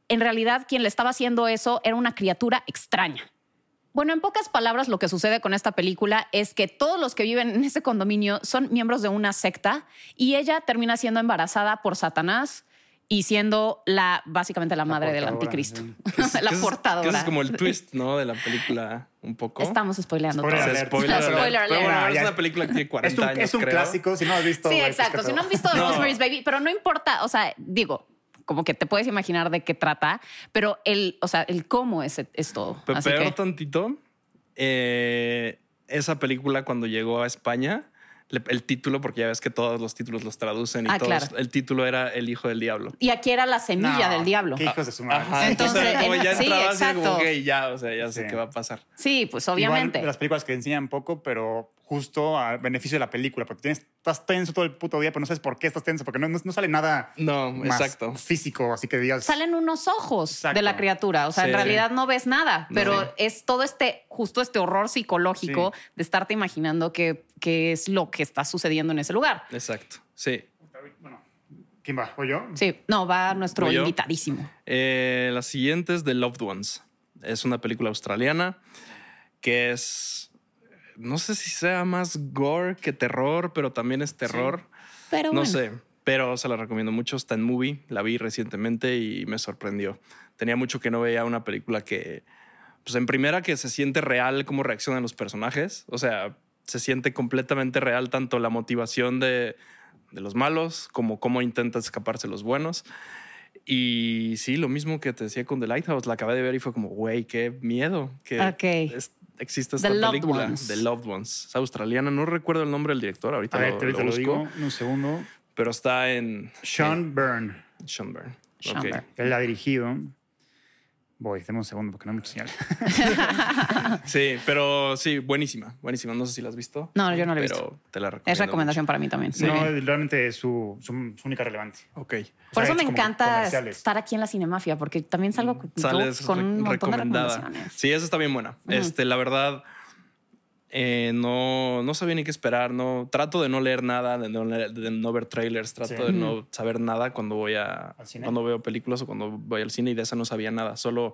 Speaker 3: en realidad quien le estaba haciendo eso era una criatura extraña. Bueno, en pocas palabras, lo que sucede con esta película es que todos los que viven en ese condominio son miembros de una secta y ella termina siendo embarazada por Satanás y siendo la básicamente la, madre del
Speaker 1: portadora,
Speaker 3: anticristo,
Speaker 1: sí.
Speaker 2: Que ese
Speaker 3: [LAUGHS] la
Speaker 2: [LAUGHS] es-
Speaker 3: portadora.
Speaker 2: que ese es como el twist, ¿no? De la película, un poco.
Speaker 3: Estamos spoileando.
Speaker 1: Spoiler
Speaker 2: O
Speaker 3: todo.
Speaker 2: sea,
Speaker 1: alert.
Speaker 2: spoiler alert.
Speaker 3: Spoiler alert.
Speaker 2: Pero bueno,
Speaker 1: Ah,
Speaker 2: es
Speaker 1: ya.
Speaker 2: una película que tiene 40
Speaker 1: Es un,
Speaker 2: años,
Speaker 1: es un
Speaker 2: creo.
Speaker 1: clásico, si no lo has visto.
Speaker 3: Sí,
Speaker 1: güey, pues,
Speaker 3: exacto.
Speaker 1: qué
Speaker 3: Si no
Speaker 1: pedo.
Speaker 3: han visto
Speaker 2: No.
Speaker 3: Rosemary's Baby, pero no importa, o sea, digo, como que te puedes imaginar de qué trata, pero el, o sea, el cómo es, es todo.
Speaker 2: Pero
Speaker 3: Así
Speaker 2: peor
Speaker 3: que-
Speaker 2: tantito, eh, esa película cuando llegó a España, le- el título, porque ya ves que todos los títulos los traducen y
Speaker 3: Ah,
Speaker 2: todos,
Speaker 3: claro.
Speaker 2: el título era El Hijo del Diablo.
Speaker 3: y aquí era la semilla
Speaker 1: No,
Speaker 3: del diablo.
Speaker 1: Qué hijos de su madre.
Speaker 2: Ajá,
Speaker 3: Entonces,
Speaker 2: o sea, como ya entrabas
Speaker 3: sí,
Speaker 2: y era como,
Speaker 3: exacto.
Speaker 2: "Ok, ya, o sea, ya sé
Speaker 1: Sí.
Speaker 2: qué va a pasar.
Speaker 3: Sí, pues
Speaker 1: Igual
Speaker 3: obviamente.
Speaker 1: de las películas que enseñan poco, pero justo a beneficio de la película, porque tienes, estás tenso todo el puto día, pero no sabes por qué estás tenso, porque no, no- no sale nada
Speaker 2: No,
Speaker 1: más
Speaker 2: exacto.
Speaker 1: físico, así que digas.
Speaker 3: Salen unos ojos
Speaker 1: Exacto.
Speaker 3: de la criatura, o sea,
Speaker 2: Sí.
Speaker 3: en realidad no ves nada,
Speaker 2: No.
Speaker 3: pero
Speaker 2: Sí.
Speaker 3: es todo este, justo este horror psicológico
Speaker 1: Sí.
Speaker 3: de estarte imaginando qué, qué es lo que está sucediendo en ese lugar.
Speaker 2: Exacto. Sí.
Speaker 1: Bueno, ¿quién va? ¿O yo?
Speaker 3: Sí, no, va nuestro
Speaker 2: ¿Voy yo?
Speaker 3: invitadísimo.
Speaker 2: Eh, la siguiente es The Loved Ones. Es una película australiana que es. No sé si sea más gore que terror, pero también es terror.
Speaker 3: Pero
Speaker 2: no
Speaker 3: bueno.
Speaker 2: sé, pero se la recomiendo mucho. Está en movie, la vi recientemente y me sorprendió. Tenía mucho que no veía una película que, pues en primera, que se siente real cómo reaccionan los personajes. O sea, se siente completamente real tanto la motivación de, de los malos como cómo intentan escaparse los buenos. Y sí, lo mismo que te decía con The Lighthouse, la acabé de ver y fue como, güey, qué miedo. Que
Speaker 3: Ok.
Speaker 2: es- existe esta
Speaker 3: The Loved
Speaker 2: película.
Speaker 3: Ones.
Speaker 2: The Loved Ones. Es australiana. No recuerdo el nombre del director. Ahorita,
Speaker 1: A
Speaker 2: lo,
Speaker 1: ver, te,
Speaker 2: lo
Speaker 1: te lo
Speaker 2: busco.
Speaker 1: digo en un segundo.
Speaker 2: Pero está en.
Speaker 1: Sean Byrne,
Speaker 2: en Sean Byrne.
Speaker 3: Sean
Speaker 2: Ok.
Speaker 3: Byrne.
Speaker 1: él la ha dirigido. Voy, dame un segundo porque no hay mucha señal.
Speaker 2: Sí, pero sí, buenísima. Buenísima. No sé si la has visto.
Speaker 3: No, yo no la he
Speaker 2: pero
Speaker 3: visto.
Speaker 2: Te la recomiendo.
Speaker 3: Es recomendación para mí también. Muy
Speaker 1: No,
Speaker 3: bien.
Speaker 1: realmente es su, su, su única relevante.
Speaker 2: mucho. Ok.
Speaker 1: sea,
Speaker 3: Por eso me
Speaker 1: como
Speaker 3: encanta
Speaker 1: comerciales.
Speaker 3: estar aquí en la Cinemafia, porque también salgo con-
Speaker 2: Sales
Speaker 3: con un
Speaker 2: re-
Speaker 3: montón de
Speaker 2: recomendada.
Speaker 3: recomendaciones.
Speaker 2: Sí, esa está bien buena. Este, la verdad, eh, no, no sabía ni qué esperar. No, trato de no leer nada, de no, leer- de no ver trailers, trato
Speaker 1: Sí.
Speaker 2: de no saber nada cuando voy a
Speaker 1: ¿Al cine?
Speaker 2: cuando veo películas o cuando voy al cine y de esa no sabía nada. Solo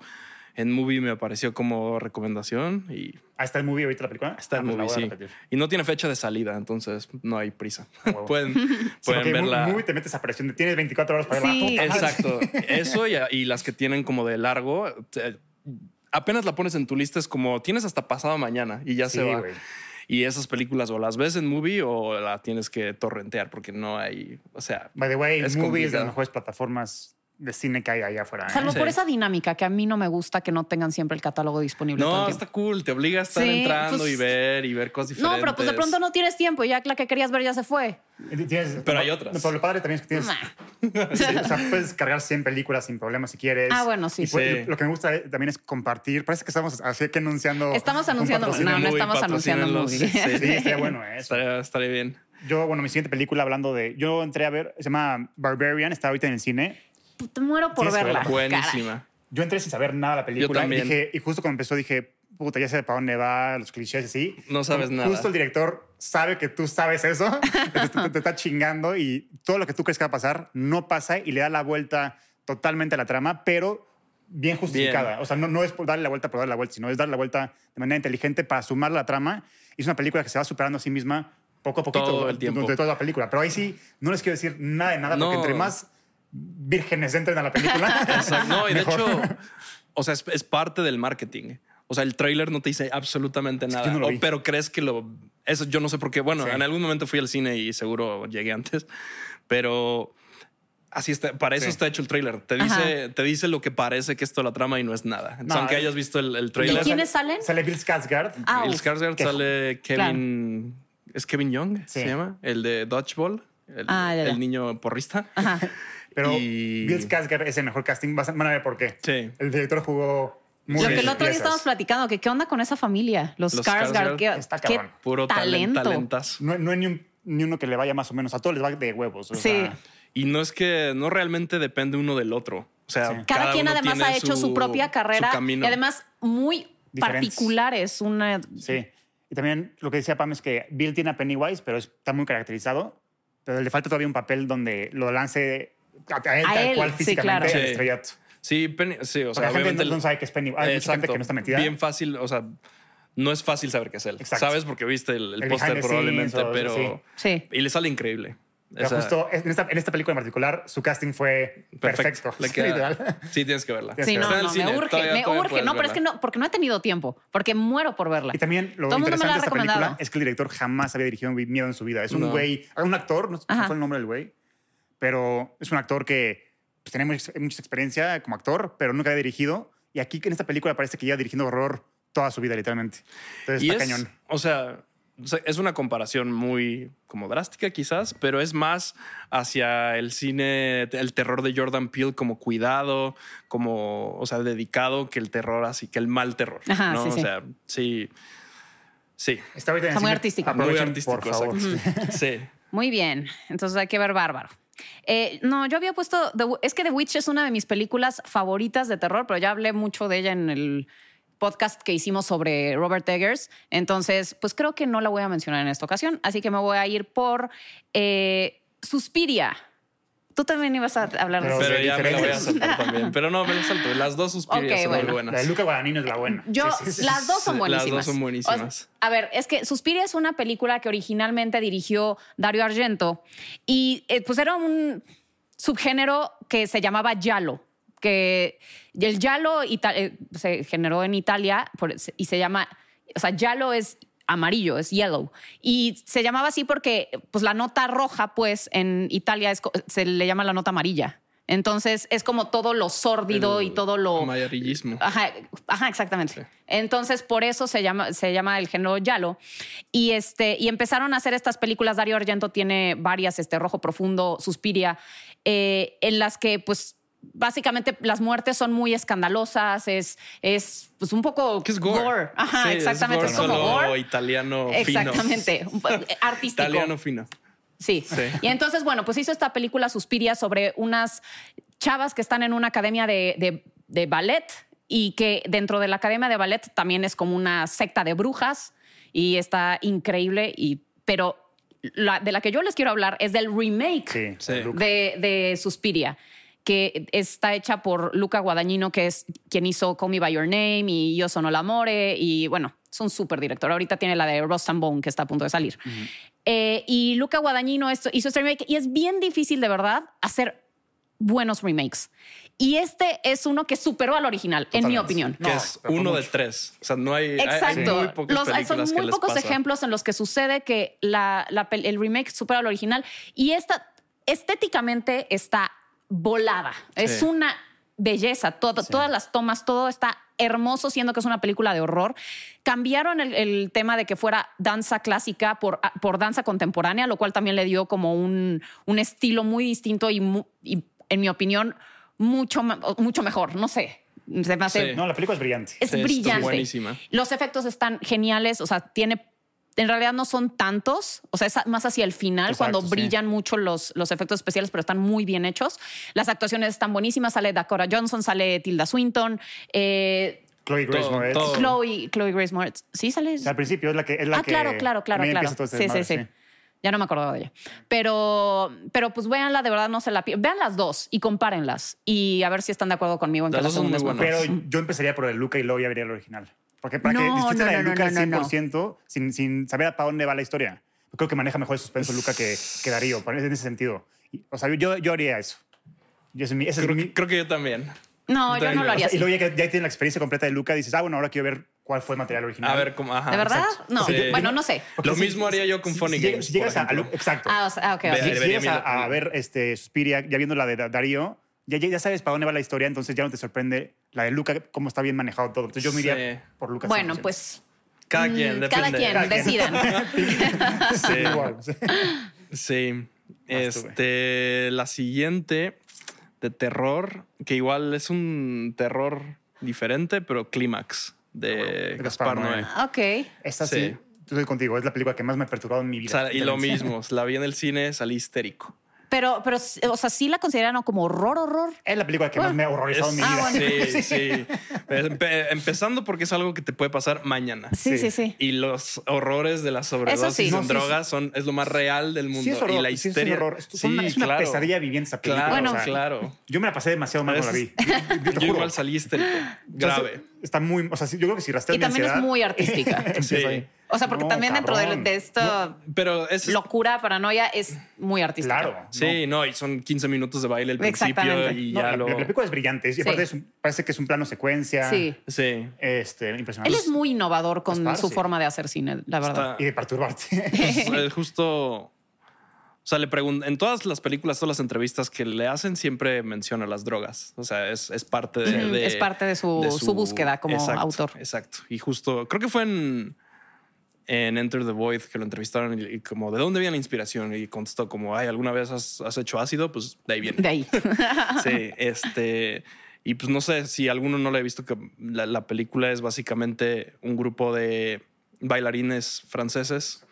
Speaker 2: en movie me apareció como recomendación y
Speaker 1: Ah, está el movie ahorita la película.
Speaker 2: está
Speaker 1: Ah,
Speaker 2: en
Speaker 1: pues la
Speaker 2: movie,
Speaker 1: voy a
Speaker 2: sí. [LAUGHS]
Speaker 1: repetir.
Speaker 2: Y no tiene fecha de salida, entonces no hay prisa.
Speaker 1: Huevo.
Speaker 2: pueden
Speaker 1: Sí,
Speaker 2: pueden
Speaker 1: porque
Speaker 2: verla.
Speaker 1: Movie te metes a presión de tienes 24 horas para
Speaker 3: Sí.
Speaker 1: verla. Puta madre.
Speaker 3: [LAUGHS]
Speaker 2: Exacto. Eso y, y las que tienen como de largo. te- apenas la pones en tu lista, es como tienes hasta pasado mañana y ya
Speaker 1: Sí,
Speaker 2: se va.
Speaker 1: güey.
Speaker 2: Y esas películas o las ves en movie o la tienes que torrentear porque no hay. O sea,
Speaker 1: By the way, Movie es
Speaker 2: Es
Speaker 1: de
Speaker 2: complicado.
Speaker 1: las mejores plataformas de cine que hay allá afuera. ¿eh?
Speaker 3: Salvo
Speaker 2: Ah, Sí.
Speaker 3: por esa dinámica que a mí no me gusta que no tengan siempre el catálogo disponible. todo
Speaker 2: no,
Speaker 3: el
Speaker 2: está
Speaker 3: tiempo.
Speaker 2: cool. Te obliga a estar
Speaker 3: Sí,
Speaker 2: entrando
Speaker 3: pues-
Speaker 2: y ver y ver cosas diferentes.
Speaker 3: no, pero pues de pronto no tienes tiempo, ya la que querías ver ya se fue.
Speaker 1: Tienes-
Speaker 2: Pero hay otras.
Speaker 1: No, pero lo padre también es que tienes. [LAUGHS] o sea, puedes cargar 100 películas sin problemas si quieres.
Speaker 3: Ah, bueno, sí.
Speaker 1: Y pues,
Speaker 2: Sí.
Speaker 1: lo, lo que me gusta eh, también es compartir. Parece que estamos así que anunciando.
Speaker 3: Estamos
Speaker 1: un
Speaker 3: anunciando-
Speaker 1: patrocinio.
Speaker 3: no, no estamos anunciando
Speaker 2: patrocínenlos. Sí,
Speaker 3: movie.
Speaker 1: Sí,
Speaker 2: sí. [LAUGHS]
Speaker 1: estaría bueno, ¿eh?
Speaker 2: Estaría, estaría bien.
Speaker 1: Yo, bueno, mi siguiente película hablando de. Yo entré a ver, se llama Barbarian, está ahorita en el cine.
Speaker 3: Te muero por
Speaker 1: Tienes que
Speaker 3: verla.
Speaker 1: verla.
Speaker 3: Ah, caray.
Speaker 2: Buenísima.
Speaker 1: Yo entré sin saber nada de la película.
Speaker 2: Yo también.
Speaker 1: Y, dije, y justo cuando empezó dije, puta, ya sé para dónde va, los clichés y así.
Speaker 2: No sabes
Speaker 1: Como
Speaker 2: nada.
Speaker 1: Justo el director sabe que tú sabes eso, [LAUGHS] te, te- te está chingando y todo lo que tú crees que va a pasar no pasa y le da la vuelta totalmente a la trama, pero bien justificada. O sea, no, no es por darle la vuelta por darle la vuelta, sino es darle la vuelta de manera inteligente para sumar la trama. Y es una película que se va superando a sí misma poco a poquito
Speaker 2: Todo el tiempo.
Speaker 1: durante toda la película. Pero ahí sí, no les quiero decir nada de nada,
Speaker 2: No.
Speaker 1: porque entre más vírgenes entren a la película, [LAUGHS]
Speaker 2: [LAUGHS] Exacto. No, y de
Speaker 1: mejor.
Speaker 3: [LAUGHS]
Speaker 2: hecho,
Speaker 1: [LAUGHS]
Speaker 2: o sea, es, es parte del marketing. O sea, el trailer no te dice absolutamente
Speaker 1: que
Speaker 2: nada.
Speaker 1: yo no lo
Speaker 2: O-
Speaker 1: vi.
Speaker 2: pero crees que lo. Eso yo no sé por qué. Bueno,
Speaker 1: Sí.
Speaker 2: en algún momento fui al cine y seguro llegué antes, pero así está. Para eso
Speaker 1: Sí.
Speaker 2: está hecho el trailer. Te
Speaker 3: Ajá.
Speaker 2: dice, te dice lo que parece que es toda la trama y no es nada. Entonces,
Speaker 1: No,
Speaker 2: aunque
Speaker 1: eh,
Speaker 2: hayas visto el, el
Speaker 3: ¿Y
Speaker 2: trailer,
Speaker 1: Luego
Speaker 3: quiénes
Speaker 1: sale-
Speaker 3: salen?
Speaker 1: Sale Bill Skarsgård.
Speaker 3: Ah,
Speaker 2: Bill
Speaker 3: uf.
Speaker 2: Skarsgård
Speaker 1: Qué-
Speaker 2: sale Kevin. Es Kevin Young,
Speaker 1: Sí.
Speaker 2: se llama el de Dodgeball, el,
Speaker 3: Ah, ya, Ah, ya.
Speaker 2: el niño porrista.
Speaker 3: Ajá.
Speaker 1: Pero
Speaker 2: Y-
Speaker 1: Bill Skarsgård es el mejor casting. Vas a- Van a ver por qué.
Speaker 2: Sí.
Speaker 1: El director jugó muy
Speaker 3: Lo
Speaker 1: bien
Speaker 3: que el
Speaker 1: sus
Speaker 3: otro día
Speaker 1: piezas.
Speaker 3: estábamos platicando, que qué onda con esa familia, los,
Speaker 2: Los
Speaker 3: Skarsgård,
Speaker 2: Skarsgård,
Speaker 3: qué,
Speaker 1: está
Speaker 3: qué
Speaker 1: cabrón.
Speaker 2: Puro talento. talentazo.
Speaker 1: No, no hay ni, un- ni uno que le vaya más o menos. A todos les va de huevos. o
Speaker 3: Sí.
Speaker 1: sea,
Speaker 2: Y no es que no realmente depende uno del otro. O sea,
Speaker 1: Sí.
Speaker 3: Cada, quien
Speaker 2: uno
Speaker 3: además
Speaker 2: tiene
Speaker 3: ha hecho su, propia carrera
Speaker 2: su camino.
Speaker 3: y además muy
Speaker 1: Diferentes.
Speaker 3: particulares. Una,
Speaker 1: sí. Y también lo que decía Pam es que Bill tiene a Pennywise, pero es- está muy caracterizado. Pero le falta todavía un papel donde lo lance a, a él
Speaker 3: A
Speaker 1: tal
Speaker 3: él,
Speaker 1: cual
Speaker 3: sí,
Speaker 1: físicamente
Speaker 3: claro.
Speaker 1: al
Speaker 2: Sí.
Speaker 1: estrellato.
Speaker 2: Sí, Penny- sí, o
Speaker 1: O sea,
Speaker 2: sea,
Speaker 1: la gente
Speaker 2: obviamente.
Speaker 1: no, no sabe que es Pennywise. Hay mucha gente
Speaker 2: Exacto.
Speaker 1: que no está metida.
Speaker 2: Bien fácil, o sea, no es fácil saber qué es él.
Speaker 1: Exacto.
Speaker 2: Sabes porque viste el, el
Speaker 1: El
Speaker 2: póster
Speaker 1: behind the
Speaker 2: probablemente,
Speaker 1: scenes o-
Speaker 2: pero.
Speaker 3: sí.
Speaker 2: Y le sale increíble.
Speaker 1: Pero
Speaker 2: Esa-
Speaker 1: justo en esta, en esta película en particular, su casting fue perfecto. [LAUGHS]
Speaker 2: Le
Speaker 1: Sí,
Speaker 2: queda-
Speaker 1: literal.
Speaker 2: Sí, tienes que verla.
Speaker 1: Sí,
Speaker 3: Sí,
Speaker 1: Pero
Speaker 3: no,
Speaker 2: Está en
Speaker 3: no,
Speaker 2: cine,
Speaker 3: me urge,
Speaker 2: todavía-
Speaker 3: me
Speaker 2: todavía
Speaker 3: urge.
Speaker 2: puedes
Speaker 3: No, pero es
Speaker 2: verla.
Speaker 3: que no, porque no he tenido tiempo, porque muero por verla.
Speaker 1: Y también lo
Speaker 3: Todo el mundo me la
Speaker 1: interesante
Speaker 3: ha
Speaker 1: de esta película
Speaker 3: recomendado.
Speaker 1: es que el director jamás había dirigido mi- Miedo en su vida. Es un
Speaker 2: No.
Speaker 1: güey, un actor, no sé cuál
Speaker 3: Ajá.
Speaker 1: fue el nombre del güey, pero es un actor que pues, tiene mucha, mucha experiencia como actor, pero nunca había dirigido. Y aquí en esta película parece que lleva dirigiendo horror toda su vida, literalmente. Entonces
Speaker 2: Y
Speaker 1: está
Speaker 2: es,
Speaker 1: cañón.
Speaker 2: O sea, o sea, es una comparación muy como drástica quizás, pero es más hacia el cine, el terror de Jordan Peele como cuidado, como, o sea, dedicado que el terror así, que el mal terror.
Speaker 3: Ajá,
Speaker 2: ¿no?
Speaker 3: sí,
Speaker 2: o
Speaker 3: sí.
Speaker 2: sea, sí, sí,
Speaker 1: Está, ahorita en el
Speaker 3: Está muy
Speaker 1: cine.
Speaker 3: artístico. Muy
Speaker 2: muy
Speaker 1: Aprovechen,
Speaker 2: artístico.
Speaker 1: por favor. [LAUGHS]
Speaker 2: exacto. Sí.
Speaker 3: Muy bien, entonces hay que ver Bárbaro. Eh, no, yo había puesto, The Wi- es que The Witch es una de mis películas favoritas de terror, pero ya hablé mucho de ella en el podcast que hicimos sobre Robert Eggers, entonces pues creo que no la voy a mencionar en esta ocasión, así que me voy a ir por eh, Suspiria. Tú también ibas a hablar de
Speaker 1: Pero-
Speaker 3: Suspiria.
Speaker 2: Pero ya me la voy a
Speaker 1: diferentes.
Speaker 2: saltar también. Pero no, me la salto. Las dos suspirias
Speaker 3: Ok,
Speaker 2: son
Speaker 1: La de
Speaker 2: muy [LAUGHS]
Speaker 3: bueno.
Speaker 2: buenas.
Speaker 1: Luca Guadagnino es la buena.
Speaker 3: [LAUGHS] Yo,
Speaker 1: Sí, sí, sí.
Speaker 3: las dos son
Speaker 2: Sí, las
Speaker 3: buenísimas.
Speaker 2: dos son buenísimas.
Speaker 3: O- a ver, es que Suspiria es una película que originalmente dirigió Dario Argento y eh, pues era un subgénero que se llamaba Yalo, que y el Yalo ita- eh, se generó en Italia por- y se llama, o sea, Yalo es amarillo, es yellow. Y se llamaba así porque pues la nota roja pues en Italia es co- se le llama la nota amarilla. Entonces es como todo lo sórdido
Speaker 2: El
Speaker 3: y todo lo... Ah,
Speaker 2: Amarillismo.
Speaker 3: Ajá, ajá, exactamente.
Speaker 2: Sí.
Speaker 3: Entonces, por eso se llama, se llama el género Yalo. Y, este, y empezaron a hacer estas películas. Dario Argento tiene varias, este, Rojo Profundo, Suspiria, eh, en las que, pues, básicamente las muertes son muy escandalosas. Es, es pues, un poco.
Speaker 2: Que es gore.
Speaker 3: Ajá,
Speaker 2: Sí, es
Speaker 3: exactamente.
Speaker 2: gore,
Speaker 3: Es, como
Speaker 2: solo
Speaker 3: gore.
Speaker 2: italiano fino.
Speaker 3: Exactamente. un po- eh, Artístico.
Speaker 2: Italiano fino.
Speaker 3: Sí.
Speaker 2: Sí.
Speaker 3: Y entonces, bueno, pues hizo esta película Suspiria sobre unas chavas que están en una academia de, de- de ballet y que dentro de la academia de ballet también es como una secta de brujas y está increíble. Y, pero la, de la que yo les quiero hablar es del remake
Speaker 1: Sí,
Speaker 2: Sí.
Speaker 1: el look.
Speaker 3: de, de Suspiria, que está hecha por Luca Guadagnino, que es quien hizo Call Me By Your Name y Yo Sono l'Amore. Y bueno, es un súper director. Ahorita tiene la de Rust and Bone, que está a punto de salir. Eh, y Luca Guadagnino esto- hizo este remake. Y es bien difícil, de verdad, hacer buenos remakes. Y este es uno que superó al original, en mi
Speaker 1: Totalmente.
Speaker 3: opinión.
Speaker 2: que
Speaker 1: No,
Speaker 2: es
Speaker 1: pero
Speaker 2: uno
Speaker 1: mucho.
Speaker 2: de tres. O sea, no hay. hay-
Speaker 3: Exacto.
Speaker 2: Hay muy pocas
Speaker 3: Los- hay-
Speaker 2: películas
Speaker 3: son muy
Speaker 2: que les
Speaker 3: pocos
Speaker 2: pasa.
Speaker 3: ejemplos en los que sucede que la- la pel- el remake supera al original y esta estéticamente está volada. Es
Speaker 2: Sí.
Speaker 3: una belleza. todo- Todas las tomas, todo está hermoso, siendo que es una película de horror. Cambiaron el, el tema de que fuera danza clásica por, ah, por danza contemporánea, lo cual también le dio como un, un estilo muy distinto y, mu- y, en mi opinión, mucho, ma- mucho mejor. No sé. Se me hace
Speaker 2: Sí.
Speaker 1: No, la película es brillante.
Speaker 3: es
Speaker 2: Sí, está
Speaker 3: brillante.
Speaker 2: buenísima.
Speaker 3: Los efectos están geniales, o sea, tiene en realidad no son tantos, o sea, es más hacia el final
Speaker 1: Exacto,
Speaker 3: cuando
Speaker 1: sí.
Speaker 3: brillan mucho los, los efectos especiales, pero están muy bien hechos. Las actuaciones están buenísimas, sale Dakota Johnson, sale Tilda Swinton, eh,
Speaker 1: Chloe Grace
Speaker 2: Todo,
Speaker 1: Moretz.
Speaker 2: todo.
Speaker 3: Chloe, Chloe Grace Moretz. Sí, sale.
Speaker 1: Oh. O sea, al principio es la que. Es la
Speaker 3: ah,
Speaker 1: que
Speaker 3: claro, claro, claro,
Speaker 1: también
Speaker 3: claro.
Speaker 1: empieza todo este
Speaker 3: sí, sí,
Speaker 1: desmadre,
Speaker 3: sí. Ya no me acordaba de ella. Pero, pero pues véanla, de verdad no se la pierdan. Vean las dos y compárenlas y a ver si están de acuerdo conmigo en
Speaker 2: Las
Speaker 3: que la
Speaker 2: dos son
Speaker 3: segunda
Speaker 2: muy
Speaker 3: es mejor.
Speaker 1: Pero
Speaker 2: buenas.
Speaker 1: yo empezaría por el Luca y luego ya vería el original. Porque para que
Speaker 3: No,
Speaker 1: disfrutes
Speaker 3: no,
Speaker 1: la de
Speaker 3: no,
Speaker 1: Luca
Speaker 3: no, no, no.
Speaker 1: al 100% Sin, sin saber a para dónde va la historia. Creo que maneja mejor el suspenso Luca que, que Darío, en ese sentido. Y, O sea, yo, yo haría eso. Yo, ese es mi- ese es
Speaker 2: Creo,
Speaker 1: mi-
Speaker 2: que- creo que yo también.
Speaker 3: No, yo no lo
Speaker 2: O sea,
Speaker 3: haría
Speaker 1: y
Speaker 3: así.
Speaker 1: luego ya que ya tienes la experiencia completa de Luca, dices, ah, bueno, ahora quiero ver cuál fue el material original.
Speaker 2: A ver cómo. Ajá,
Speaker 3: ¿De verdad?
Speaker 1: Ah,
Speaker 2: exacto.
Speaker 3: No,
Speaker 2: Sí.
Speaker 3: yo- bueno, no sé.
Speaker 1: Porque
Speaker 2: Lo
Speaker 1: si-
Speaker 2: mismo haría yo con
Speaker 1: si-
Speaker 2: Funny
Speaker 1: si
Speaker 2: Games.
Speaker 1: llegas- si llegas
Speaker 2: por
Speaker 1: a, a
Speaker 2: ejemplo.
Speaker 1: Lu- Exacto.
Speaker 3: Ah, o sea, ah, ok, ok.
Speaker 2: Ve-
Speaker 1: Si
Speaker 2: Debería
Speaker 1: llegas
Speaker 2: mirar-
Speaker 1: a, a ver este, Suspiria, ya viendo la de Da- Darío, ya, ya ya sabes para dónde va la historia, entonces ya no te sorprende la de Luca, cómo está bien manejado todo. Entonces yo me iría
Speaker 2: Sí.
Speaker 1: por Luca.
Speaker 3: Bueno,
Speaker 1: 100%.
Speaker 3: pues.
Speaker 2: Cada
Speaker 3: mm,
Speaker 2: quien,
Speaker 3: Cada
Speaker 2: depende.
Speaker 3: quien,
Speaker 1: Cada quien. [LAUGHS]
Speaker 3: decidan.
Speaker 2: Sí.
Speaker 1: Igual, sí.
Speaker 2: Sí.
Speaker 1: Vas tú,
Speaker 2: Este, la siguiente de terror, que igual es un terror diferente, pero Clímax de
Speaker 1: De
Speaker 2: Gaspar
Speaker 1: Gaspar
Speaker 2: Noé.
Speaker 1: Noé.
Speaker 3: ok.
Speaker 1: Esa
Speaker 2: Sí.
Speaker 1: sí. Estoy contigo, es la película que más me ha perturbado en mi
Speaker 2: O
Speaker 1: vida.
Speaker 2: sea, y lo mismo, la vi en el cine, salí histérico.
Speaker 3: Pero, pero, o sea, sí la consideraron como horror, horror.
Speaker 1: Es la película que más me ha horrorizado en mi
Speaker 3: Ah,
Speaker 1: vida.
Speaker 3: bueno.
Speaker 1: [LAUGHS]
Speaker 3: [LAUGHS]
Speaker 2: Sí, sí. Empe- empezando porque es algo que te puede pasar mañana.
Speaker 3: Sí,
Speaker 1: Sí.
Speaker 3: sí, sí.
Speaker 2: Y los horrores de la sobredosis
Speaker 3: sí.
Speaker 2: en
Speaker 3: No, sí,
Speaker 2: drogas son es lo más real del mundo.
Speaker 1: Sí, es horror.
Speaker 2: y la
Speaker 1: sí, es un
Speaker 2: histeria.
Speaker 1: horror. Es una, es una
Speaker 2: claro.
Speaker 1: pesadilla viviente esa película.
Speaker 2: Claro,
Speaker 3: Bueno,
Speaker 1: o sea,
Speaker 2: claro.
Speaker 1: Yo me la pasé demasiado mal cuando la
Speaker 2: [LAUGHS]
Speaker 1: vi. Yo, te
Speaker 2: Yo
Speaker 1: juro.
Speaker 2: igual salí histérico.
Speaker 1: Entonces,
Speaker 2: Grave.
Speaker 1: Está muy. O sea, sí, yo creo que si rastreo
Speaker 3: Y también
Speaker 1: [LAUGHS]
Speaker 3: es muy artística.
Speaker 2: Sí.
Speaker 3: O sea, porque
Speaker 1: No,
Speaker 3: también dentro de,
Speaker 1: cabrón.
Speaker 3: de esta
Speaker 2: Pero es
Speaker 3: locura, paranoia, es muy artística.
Speaker 1: Claro.
Speaker 2: Sí, no. y son 15 minutos de baile al principio
Speaker 3: Exactamente.
Speaker 2: y
Speaker 1: No,
Speaker 2: ya
Speaker 1: la,
Speaker 2: lo.
Speaker 1: la película es brillante. Y
Speaker 3: Sí.
Speaker 1: aparte es un- parece que es un plano secuencia.
Speaker 3: Sí.
Speaker 2: Sí.
Speaker 1: Este, impresionante.
Speaker 3: Él es muy innovador con
Speaker 1: Gaspar,
Speaker 3: su
Speaker 1: sí.
Speaker 3: forma de hacer cine, la verdad.
Speaker 2: Está-
Speaker 1: Y de perturbarte.
Speaker 3: [LAUGHS]
Speaker 2: Pues, eh, justo. O sea, le pregunto, en todas las películas, todas las entrevistas que le hacen, siempre menciona las drogas. O sea, es, es parte de,
Speaker 3: Ujú,
Speaker 2: de-
Speaker 3: es parte de su- su búsqueda como
Speaker 2: Exacto,
Speaker 3: autor.
Speaker 2: Exacto. Y justo, creo que fue en, en Enter the Void que lo entrevistaron y, y como, ¿de dónde viene la inspiración? Y contestó como, ay, ¿alguna vez has, has hecho ácido? Pues de ahí viene.
Speaker 3: De ahí.
Speaker 2: Sí,
Speaker 1: [LAUGHS]
Speaker 2: este. Y pues no sé si alguno no lo he visto, que la, la película es básicamente un grupo de bailarines franceses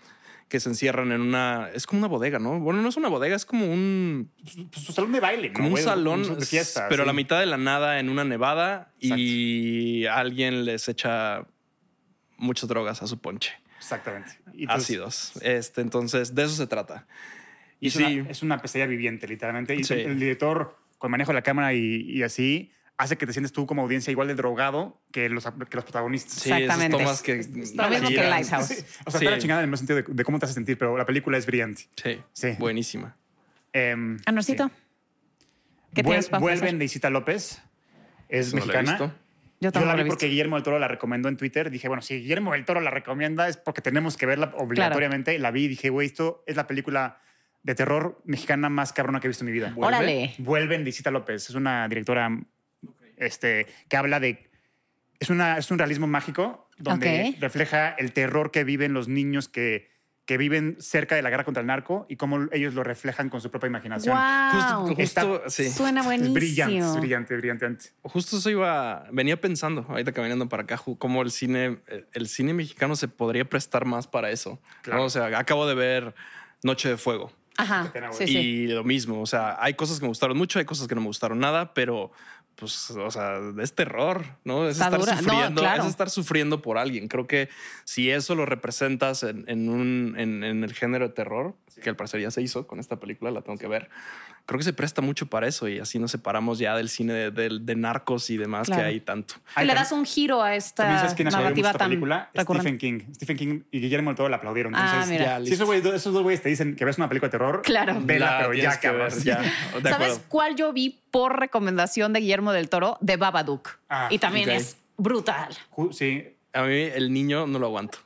Speaker 2: que se encierran en una. Es como una bodega, ¿no? Bueno, no es una bodega, es como un,
Speaker 1: Pues su salón de baile. ¿no,
Speaker 2: como un
Speaker 1: güey?
Speaker 2: salón,
Speaker 1: de fiesta.
Speaker 2: pero a
Speaker 1: sí.
Speaker 2: la mitad de la nada en una nevada y alguien les echa muchas drogas a su ponche,
Speaker 1: Exactamente. Y entonces-
Speaker 2: ácidos. Este, entonces, de eso se trata. Y
Speaker 1: es,
Speaker 2: sí,
Speaker 1: una, es una pesadilla viviente, literalmente. Y
Speaker 2: Sí.
Speaker 1: el director, con manejo de la cámara y, y así, hace que te sientes tú como audiencia igual de drogado que los, que los protagonistas. [LAUGHS]
Speaker 2: sí, esas
Speaker 3: Exactamente.
Speaker 2: tomas que.
Speaker 3: lo mismo que
Speaker 2: giran.
Speaker 3: Lighthouse.
Speaker 1: Sí. O sea,
Speaker 2: Sí.
Speaker 1: está la chingada en el mal sentido de, de cómo te hace sentir, pero la película es brillante.
Speaker 2: Sí,
Speaker 1: Sí.
Speaker 2: buenísima.
Speaker 1: Em,
Speaker 3: Anorcito,
Speaker 1: sí.
Speaker 3: ¿qué
Speaker 1: Vuel-
Speaker 3: tienes para
Speaker 1: Vuelven
Speaker 3: ofrecer?
Speaker 1: de Isita López. Es
Speaker 2: Eso no lo he
Speaker 1: mexicana.
Speaker 2: visto.
Speaker 3: Yo
Speaker 1: Yo
Speaker 3: tampoco
Speaker 1: la
Speaker 3: lo
Speaker 1: vi
Speaker 3: he visto.
Speaker 1: porque Guillermo del Toro la recomendó en Twitter. Dije, bueno, si Guillermo del Toro la recomienda es porque tenemos que verla obligatoriamente. La vi y dije, güey, esto es la película de terror mexicana más cabrona que he visto en mi vida.
Speaker 2: Vuelve.
Speaker 3: Órale.
Speaker 1: Vuelve en Visita López. Es una directora este, que habla de. Es, una, es un realismo mágico donde
Speaker 3: Ok.
Speaker 1: refleja el terror que viven los niños que, que viven cerca de la guerra contra el narco y cómo ellos lo reflejan con su propia imaginación.
Speaker 3: Wow.
Speaker 2: Justo, justo,
Speaker 1: Está-
Speaker 2: sí.
Speaker 3: Suena
Speaker 1: Es
Speaker 3: buenísimo.
Speaker 1: brillante, es brillante, brillante.
Speaker 2: Justo eso iba, venía pensando ahorita caminando para acá, ju- cómo el cine, el cine mexicano se podría prestar más para eso.
Speaker 1: Claro.
Speaker 2: ¿no? O sea, acabo de ver Noche de Fuego
Speaker 3: Ajá.
Speaker 1: Qué pena,
Speaker 3: Sí,
Speaker 1: güey.
Speaker 3: sí.
Speaker 2: y lo mismo. O sea, hay cosas que me gustaron mucho, hay cosas que no me gustaron nada, pero pues, o sea, es terror, ¿no? Es
Speaker 3: Está
Speaker 2: estar
Speaker 3: dura. No,
Speaker 2: sufriendo,
Speaker 3: claro.
Speaker 2: es estar sufriendo por alguien. Creo que si eso lo representas en, en un, en, en el género de terror, que al parecer ya se hizo con esta película, la tengo que ver. Creo que se presta mucho para eso y así nos separamos ya del cine de, del- de narcos y demás
Speaker 3: Claro.
Speaker 2: que hay tanto.
Speaker 3: Y le
Speaker 1: Ay,
Speaker 3: das un giro a
Speaker 1: También
Speaker 3: esta
Speaker 1: sabes quién aplaudió mucho
Speaker 3: narrativa
Speaker 1: esta
Speaker 3: tan
Speaker 1: película?
Speaker 3: recurrente.
Speaker 1: Stephen King. Stephen King y Guillermo del Toro la aplaudieron.
Speaker 3: Ah,
Speaker 1: Entonces,
Speaker 3: mira.
Speaker 2: Ya,
Speaker 1: si
Speaker 2: listo.
Speaker 1: esos, güeyes- esos dos güeyes te dicen que ves una película de terror,
Speaker 3: Claro.
Speaker 1: vela,
Speaker 2: La
Speaker 1: pero
Speaker 2: tienes
Speaker 1: ya
Speaker 2: que ver,
Speaker 1: cabrón. [LAUGHS]
Speaker 2: ya. De
Speaker 3: ¿Sabes
Speaker 2: acuerdo.
Speaker 3: cuál yo vi por recomendación de Guillermo del Toro? De Babadook.
Speaker 1: Ah,
Speaker 3: y también
Speaker 2: ok.
Speaker 3: es brutal.
Speaker 1: Ju- Sí,
Speaker 2: A mí el niño no lo aguanto.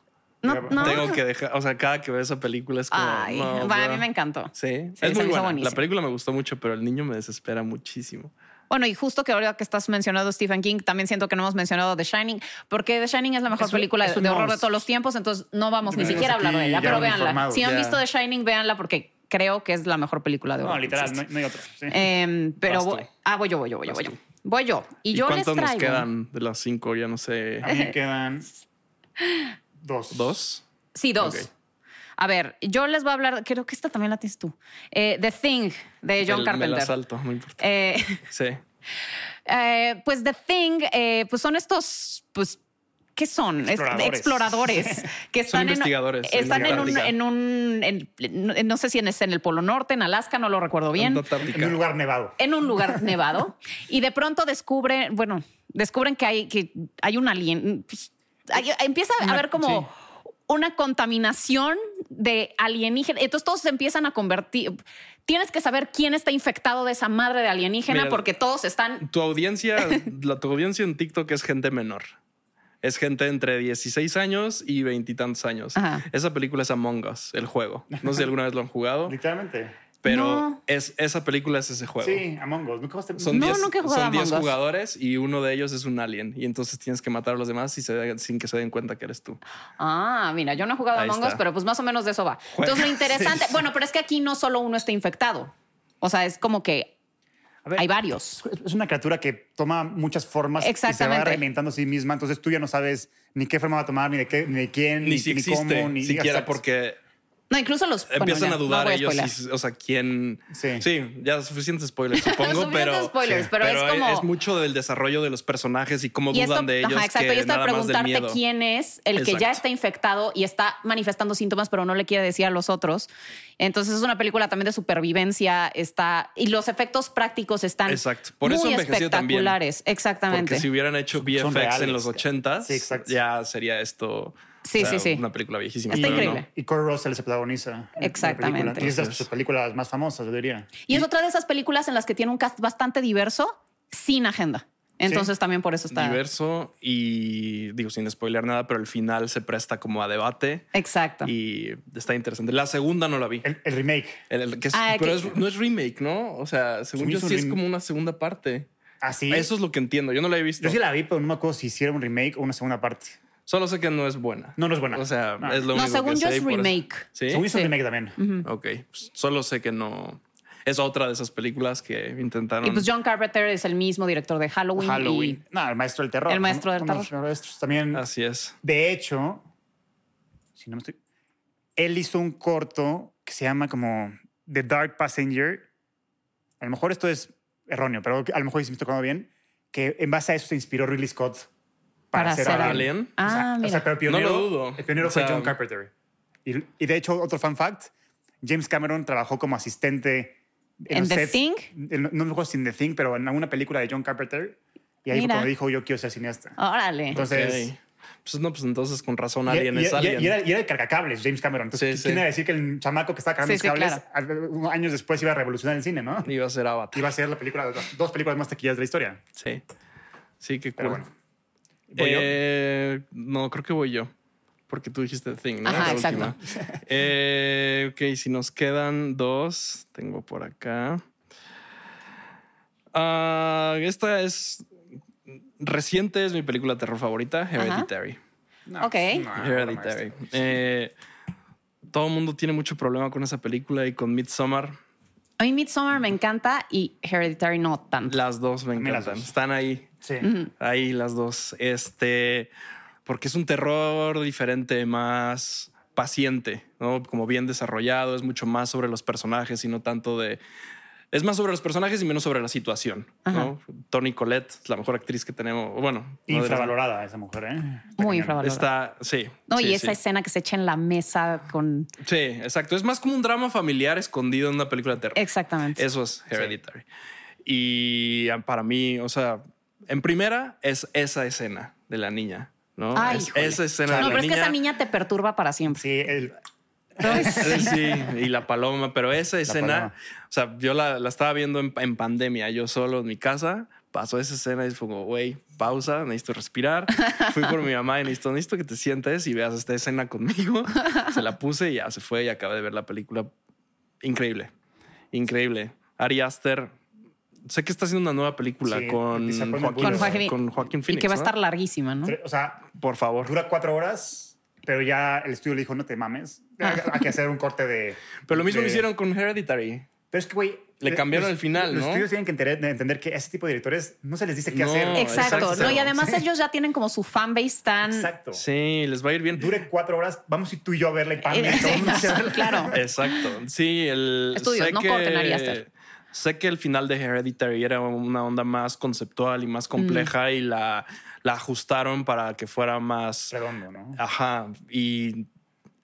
Speaker 3: No,
Speaker 1: Yo-
Speaker 3: no.
Speaker 2: Tengo que dejar, o sea, cada que veo esa película es como.
Speaker 3: Ay,
Speaker 2: no,
Speaker 3: va, a
Speaker 2: bro.
Speaker 3: mí me encantó.
Speaker 2: Sí,
Speaker 3: se
Speaker 2: es
Speaker 3: me
Speaker 2: muy
Speaker 3: hizo
Speaker 2: buena.
Speaker 3: buenísimo.
Speaker 2: La película me gustó mucho, pero el niño me desespera muchísimo.
Speaker 3: Bueno, y justo que ahora que estás mencionando Stephen King, también siento que no hemos mencionado The Shining, porque The Shining es la mejor
Speaker 1: Es un-
Speaker 3: película
Speaker 1: es
Speaker 3: de,
Speaker 1: un
Speaker 3: de horror de
Speaker 1: monstruo.
Speaker 3: todos los tiempos, entonces no vamos ni
Speaker 1: Venimos
Speaker 3: siquiera a hablar de
Speaker 1: aquí
Speaker 3: ella,
Speaker 1: ya
Speaker 3: pero véanla.
Speaker 1: uniformados.
Speaker 3: Si no han
Speaker 2: Ya.
Speaker 3: visto The Shining, véanla porque creo que es la mejor película de horror.
Speaker 1: no, literal,
Speaker 3: que
Speaker 1: no,
Speaker 3: existe.
Speaker 1: no hay otro. sí.
Speaker 3: Em, pero
Speaker 2: Vas tú.
Speaker 3: voy, ah, voy yo, voy yo, voy yo,
Speaker 2: Vas
Speaker 3: voy yo.
Speaker 2: tú.
Speaker 3: Voy yo. Y, yo les
Speaker 2: cuántos
Speaker 3: traigo.
Speaker 2: nos quedan de las cinco? Ya no sé.
Speaker 1: A mí me quedan dos.
Speaker 2: ¿Dos?
Speaker 3: Sí, dos.
Speaker 2: Ok.
Speaker 3: A ver, yo les voy a hablar, creo que esta también la tienes tú. Eh, The Thing de Eh,
Speaker 2: El-
Speaker 3: John
Speaker 2: Me la
Speaker 3: Carpenter.
Speaker 2: salto, no importa.
Speaker 3: Eh, [LAUGHS]
Speaker 2: Sí.
Speaker 3: eh, pues The Thing, eh, pues son estos, pues, ¿qué son? Es-
Speaker 1: Exploradores.
Speaker 3: exploradores
Speaker 2: [LAUGHS]
Speaker 3: que
Speaker 2: Son
Speaker 3: están en-
Speaker 2: investigadores en
Speaker 3: Están en un,
Speaker 2: Antártica.
Speaker 3: en un, en- en- no sé si en, es en el Polo Norte, en Alaska, no lo recuerdo bien.
Speaker 2: Tanta táctica.
Speaker 1: En un lugar nevado.
Speaker 3: en un lugar [LAUGHS] nevado y de pronto descubren, bueno, descubren que hay, que hay un alien. pues, hay- empieza a haber como una contaminación de alienígena. Entonces todos se empiezan a convertir. Tienes que saber quién está infectado de esa madre de alienígena
Speaker 2: Mira,
Speaker 3: porque todos están.
Speaker 2: Tu audiencia, la, tu audiencia en TikTok es gente menor. Es gente entre 16 años y veintitantos años.
Speaker 3: Ajá.
Speaker 2: Esa película es Among Us, el juego. No sé si alguna vez lo han jugado,
Speaker 1: Literalmente.
Speaker 2: pero
Speaker 3: No.
Speaker 2: es, esa película es ese juego.
Speaker 1: Sí, Among Us. Nunca jugaste-
Speaker 2: Son
Speaker 3: No,
Speaker 2: 10
Speaker 3: nunca he jugado
Speaker 2: son 10
Speaker 3: Among Us.
Speaker 2: jugadores y uno de ellos es un alien. Y entonces tienes que matar a los demás y se den- sin que se den cuenta que eres tú.
Speaker 3: Ah, mira, yo no he jugado a
Speaker 2: Ahí
Speaker 3: Among Us,
Speaker 2: está.
Speaker 3: pero pues más o menos de eso va.
Speaker 2: Juega.
Speaker 3: Entonces lo
Speaker 2: [LAUGHS]
Speaker 3: interesante,
Speaker 2: Sí.
Speaker 3: bueno, pero es que aquí no solo uno está infectado. O sea, es como que
Speaker 1: A ver,
Speaker 3: hay varios.
Speaker 1: Es una criatura que toma muchas formas y se va
Speaker 3: Exactamente.
Speaker 1: reinventando a sí misma. Entonces tú ya no sabes ni qué forma va a tomar, ni de, qué, ni de quién,
Speaker 2: Ni, si existe
Speaker 1: cómo, ni
Speaker 2: siquiera
Speaker 1: exacto.
Speaker 2: porque
Speaker 3: No, incluso los bueno,
Speaker 2: empiezan
Speaker 3: ya,
Speaker 2: a
Speaker 3: no
Speaker 2: dudar
Speaker 3: voy a
Speaker 2: ellos.
Speaker 3: spoilear.
Speaker 2: si- o sea, quién.
Speaker 1: Sí.
Speaker 2: Sí, ya suficientes spoilers, supongo, pero.
Speaker 3: Suficientes spoilers,
Speaker 2: sí.
Speaker 3: pero es como-
Speaker 2: es mucho del desarrollo de los personajes y cómo
Speaker 3: Y
Speaker 2: dudan
Speaker 3: esto,
Speaker 2: de ellos.
Speaker 3: ajá, exacto,
Speaker 2: que
Speaker 3: y esto de
Speaker 2: nada más del
Speaker 3: preguntarte
Speaker 2: miedo.
Speaker 3: quién es el que ya
Speaker 2: Exacto.
Speaker 3: está infectado y está manifestando síntomas, pero no le quiere decir a los otros. Entonces es una película también de supervivencia, está y los efectos prácticos están
Speaker 2: Exacto, por
Speaker 3: muy
Speaker 2: eso envejeció también.
Speaker 3: espectaculares, exactamente.
Speaker 2: Porque si hubieran hecho
Speaker 1: son
Speaker 2: VFX
Speaker 1: reales.
Speaker 2: en los 80
Speaker 1: Sí, exacto.
Speaker 2: ya sería esto.
Speaker 3: Sí, sí, sí.
Speaker 2: Una película viejísima.
Speaker 3: Está
Speaker 2: pero no.
Speaker 3: increíble.
Speaker 1: Y Corey Russell se protagoniza. en la
Speaker 3: Exactamente.
Speaker 1: película. Y es de
Speaker 2: Entonces-
Speaker 1: sus películas más famosas, yo diría.
Speaker 3: y es otra de esas películas en las que tiene un cast bastante diverso sin agenda. Entonces también por eso está
Speaker 2: diverso y digo sin spoiler nada, pero el final se presta como a debate
Speaker 3: Exacto.
Speaker 2: y está interesante. La segunda no la vi.
Speaker 1: El, el remake.
Speaker 2: El- el que es-
Speaker 3: Ah,
Speaker 2: pero
Speaker 3: ok.
Speaker 2: es- no es remake, ¿no? O sea, según
Speaker 1: me
Speaker 2: yo
Speaker 1: hizo
Speaker 2: sí es
Speaker 1: rem-
Speaker 2: como una segunda parte.
Speaker 1: Así.
Speaker 2: Eso es lo que entiendo. Yo no la he visto.
Speaker 1: Yo sí la vi, pero no me acuerdo si hicieron un remake o una segunda parte.
Speaker 2: Solo sé que no es buena.
Speaker 1: No, no es buena.
Speaker 2: O sea,
Speaker 1: No.
Speaker 2: es lo
Speaker 3: No,
Speaker 2: único
Speaker 3: según
Speaker 2: que
Speaker 3: yo
Speaker 2: sé
Speaker 3: es
Speaker 2: y por eso-
Speaker 3: remake.
Speaker 2: Sí.
Speaker 1: Según hizo
Speaker 3: Sí.
Speaker 1: un remake también.
Speaker 2: Ok. Pues Solo sé que no. Es otra de esas películas que intentaron.
Speaker 3: Y pues John Carpenter es el mismo director de Halloween. y-
Speaker 1: Halloween. No, el maestro del terror.
Speaker 3: El maestro del
Speaker 1: Uno de los
Speaker 3: terror.
Speaker 1: maestros También.
Speaker 2: Así es.
Speaker 1: De hecho, si no me estoy. Él hizo un corto que se llama como The Dark Passenger. A lo mejor esto es erróneo, pero a lo mejor sí me estoy tocando bien. Que en base a eso se inspiró Ridley Scott para,
Speaker 3: Para
Speaker 1: hacer
Speaker 3: hacer
Speaker 1: Alien.
Speaker 2: Alien.
Speaker 3: Ah,
Speaker 1: Exacto.
Speaker 3: mira.
Speaker 1: O sea, pero
Speaker 2: No
Speaker 1: pionero,
Speaker 2: lo dudo.
Speaker 1: El pionero
Speaker 2: O
Speaker 1: fue
Speaker 2: sea,
Speaker 1: John Carpenter. Y, y de hecho, otro fun fact: James Cameron trabajó como asistente
Speaker 3: ¿En
Speaker 1: los
Speaker 3: The
Speaker 1: sets-
Speaker 3: Thing?
Speaker 1: en- no me acuerdo si en The Thing, pero en alguna película de John Carpenter. Y ahí fue
Speaker 3: Mira.
Speaker 1: cuando dijo: Yo quiero ser cineasta.
Speaker 3: Órale.
Speaker 1: Entonces.
Speaker 2: Ok. Pues no, pues entonces con razón
Speaker 1: Y- e-
Speaker 2: Alien
Speaker 1: y-
Speaker 2: es
Speaker 1: y-
Speaker 2: Alien.
Speaker 1: Y, era, y era el cargacables, James Cameron. Entonces,
Speaker 2: Sí,
Speaker 1: ¿quién
Speaker 2: sí.
Speaker 1: iba a decir que el chamaco que estaba cargando
Speaker 3: Sí, sí,
Speaker 1: los cables a- unos años después iba a revolucionar el cine, no?
Speaker 2: Iba a ser Avatar.
Speaker 1: Iba a ser la película, las dos películas más taquillas de la historia.
Speaker 2: Sí. Sí, qué cool.
Speaker 1: Pero bueno. ¿Voy yo?
Speaker 2: Eh, No, creo que voy yo. porque tú dijiste The Thing, ¿no?
Speaker 3: Ajá,
Speaker 2: La
Speaker 3: exacto. [LAUGHS]
Speaker 2: última. Eh, ok, si nos quedan dos, tengo por acá. Ah, esta es reciente, es mi película de terror favorita, Hereditary.
Speaker 1: No,
Speaker 3: Ok.
Speaker 1: pues, no,
Speaker 2: Hereditary.
Speaker 1: no,
Speaker 2: Eh, todo el mundo tiene mucho problema con esa película y con Midsommar.
Speaker 3: A mí Midsommar me encanta y Hereditary no tanto.
Speaker 2: Las dos me
Speaker 1: mí las
Speaker 2: encantan.
Speaker 1: dos.
Speaker 2: Están ahí.
Speaker 1: Sí.
Speaker 2: Ahí las dos. Este, porque es un terror diferente, más paciente, ¿no? Como bien desarrollado, es mucho más sobre los personajes y no tanto de... Es más sobre los personajes y menos sobre la situación, ¿no? Toni Collette es la mejor actriz que tenemos. Bueno, no de las-
Speaker 1: Infravalorada esa mujer, ¿eh?
Speaker 3: Muy
Speaker 1: Está cañón.
Speaker 3: infravalorada.
Speaker 2: Está, sí.
Speaker 3: No,
Speaker 2: sí,
Speaker 3: y esa
Speaker 2: sí.
Speaker 3: escena que se echa en la mesa con...
Speaker 2: Sí, exacto. Es más como un drama familiar escondido en una película de terror.
Speaker 3: Exactamente.
Speaker 2: Eso es Hereditary. Y ah, para mí, o sea, en primera es esa escena de la niña, ¿no?
Speaker 3: Ay,
Speaker 2: Es-
Speaker 3: híjole.
Speaker 2: esa escena de
Speaker 3: no,
Speaker 2: la
Speaker 3: pero es que
Speaker 2: niña.
Speaker 3: esa niña te perturba para siempre.
Speaker 1: Sí, el-
Speaker 2: Sí, y la paloma, pero esa escena,
Speaker 1: paloma.
Speaker 2: o sea, yo la, la estaba viendo en, en pandemia, yo solo en mi casa, pasó esa escena y fue como, güey, pausa, necesito respirar. Fui por mi mamá y necesito, necesito que te sientes y veas esta escena conmigo. Se la puse y ya se fue y acabé de ver la película. Increíble, increíble. Ari Aster, sé que está haciendo una nueva película
Speaker 1: Sí,
Speaker 2: con,
Speaker 1: se pone bueno,
Speaker 2: Joaquín,
Speaker 3: con Joaquín,
Speaker 2: con Joaquín Phoenix.
Speaker 3: Y que va a
Speaker 2: ¿no?
Speaker 3: estar larguísima, ¿no?
Speaker 1: o sea,
Speaker 2: Por favor.
Speaker 1: dura cuatro horas, pero ya el estudio le dijo, no te
Speaker 3: [LAUGHS]
Speaker 1: mames, hay que hacer un corte de...
Speaker 2: Pero lo mismo
Speaker 1: de-
Speaker 2: lo hicieron con Hereditary.
Speaker 1: Pero es que, güey...
Speaker 2: Le
Speaker 1: los-
Speaker 2: cambiaron
Speaker 1: los-
Speaker 2: el final,
Speaker 1: Los
Speaker 2: ¿no?
Speaker 1: estudios tienen que entender, entender que a ese tipo de directores no se les dice qué
Speaker 2: No,
Speaker 1: hacer.
Speaker 3: Exacto.
Speaker 2: exacto.
Speaker 3: No, y además ellos ya tienen como su fanbase tan...
Speaker 1: Exacto.
Speaker 2: Sí, les va a ir bien.
Speaker 1: Dure cuatro horas, vamos y tú y yo a verla y pam,
Speaker 3: [LAUGHS]
Speaker 1: y todo el mundo se
Speaker 3: Exacto,
Speaker 1: habla.
Speaker 3: Eh, claro.
Speaker 2: [LAUGHS] Exacto. Sí, el.
Speaker 3: Estudios,
Speaker 2: sé
Speaker 3: no
Speaker 2: que-
Speaker 3: corten, Ari Aster.
Speaker 2: Sé que el final de Hereditary era una onda más conceptual y más compleja
Speaker 3: Mm.
Speaker 2: y la, la ajustaron para que fuera más.
Speaker 1: Redondo, ¿no?
Speaker 2: Ajá. Y